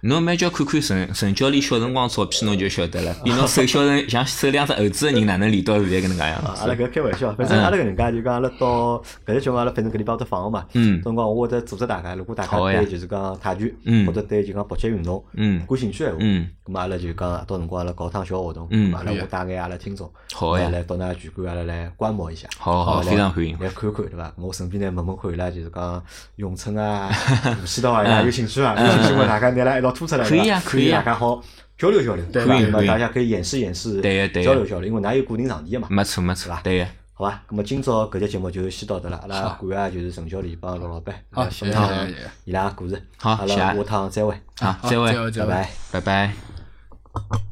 C: 侬蛮叫看看陈陈教练小辰光照片，侬就晓得了，比 侬手小成像手两只猴子个人，哪能练到现在搿能介 样
A: 阿拉
C: 子？
A: 搿开玩笑，反
C: 嗯
A: 正阿拉搿能介就讲，阿拉到搿只节目，阿拉反正搿礼拜要得放个嘛。
C: 嗯
A: 辰光我会得组织大家，如果大家
C: 好呀
A: 对就是讲泰拳
C: 嗯
A: 或者对就讲搏击运动
C: 嗯
A: 感兴趣个闲话，
C: 嗯，
A: 咁啊阿拉就讲到辰光阿拉搞趟小活动，
C: 嗯
A: 咁啊阿拉
B: 对
A: 我带眼阿拉听众，
C: 好呀
A: 咁啊来到㑚拳馆阿拉来观摩一下，
C: 好好
A: 咁啊来
C: 非常欢迎
A: 来看看对伐？我顺便呢问问看伊拉就是讲咏春啊、 武戏道啊，伊拉有兴趣伐？有兴趣嘛，大家拿来一道拖出来，
C: 嗯可
A: 对
C: 以
A: 伐
C: 呀可以啊呀
A: 啊大家好交流交流，
B: 对
A: 伐？
C: 可以
A: 咁啊
C: 可以
A: 大家可以演示演示，
C: 对呀对呀嗯
A: 交流交流，因为㑚有固定场地个嘛。
C: 没错没错，对啊个，
A: 好吧，咁么今朝搿节节目就先到得了，阿拉
B: 好
A: 感谢就是陈教练帮罗老板，
B: 好
A: 来分
B: 谢谢
A: 享
B: 谢谢谢谢
A: 伊拉个故事，
C: 好
A: 阿拉
C: 谢谢啊
A: 下趟再会，
C: 好，再
B: 好
C: 会，
B: 再会再
A: 拜
B: 会
A: 拜。
C: 拜拜。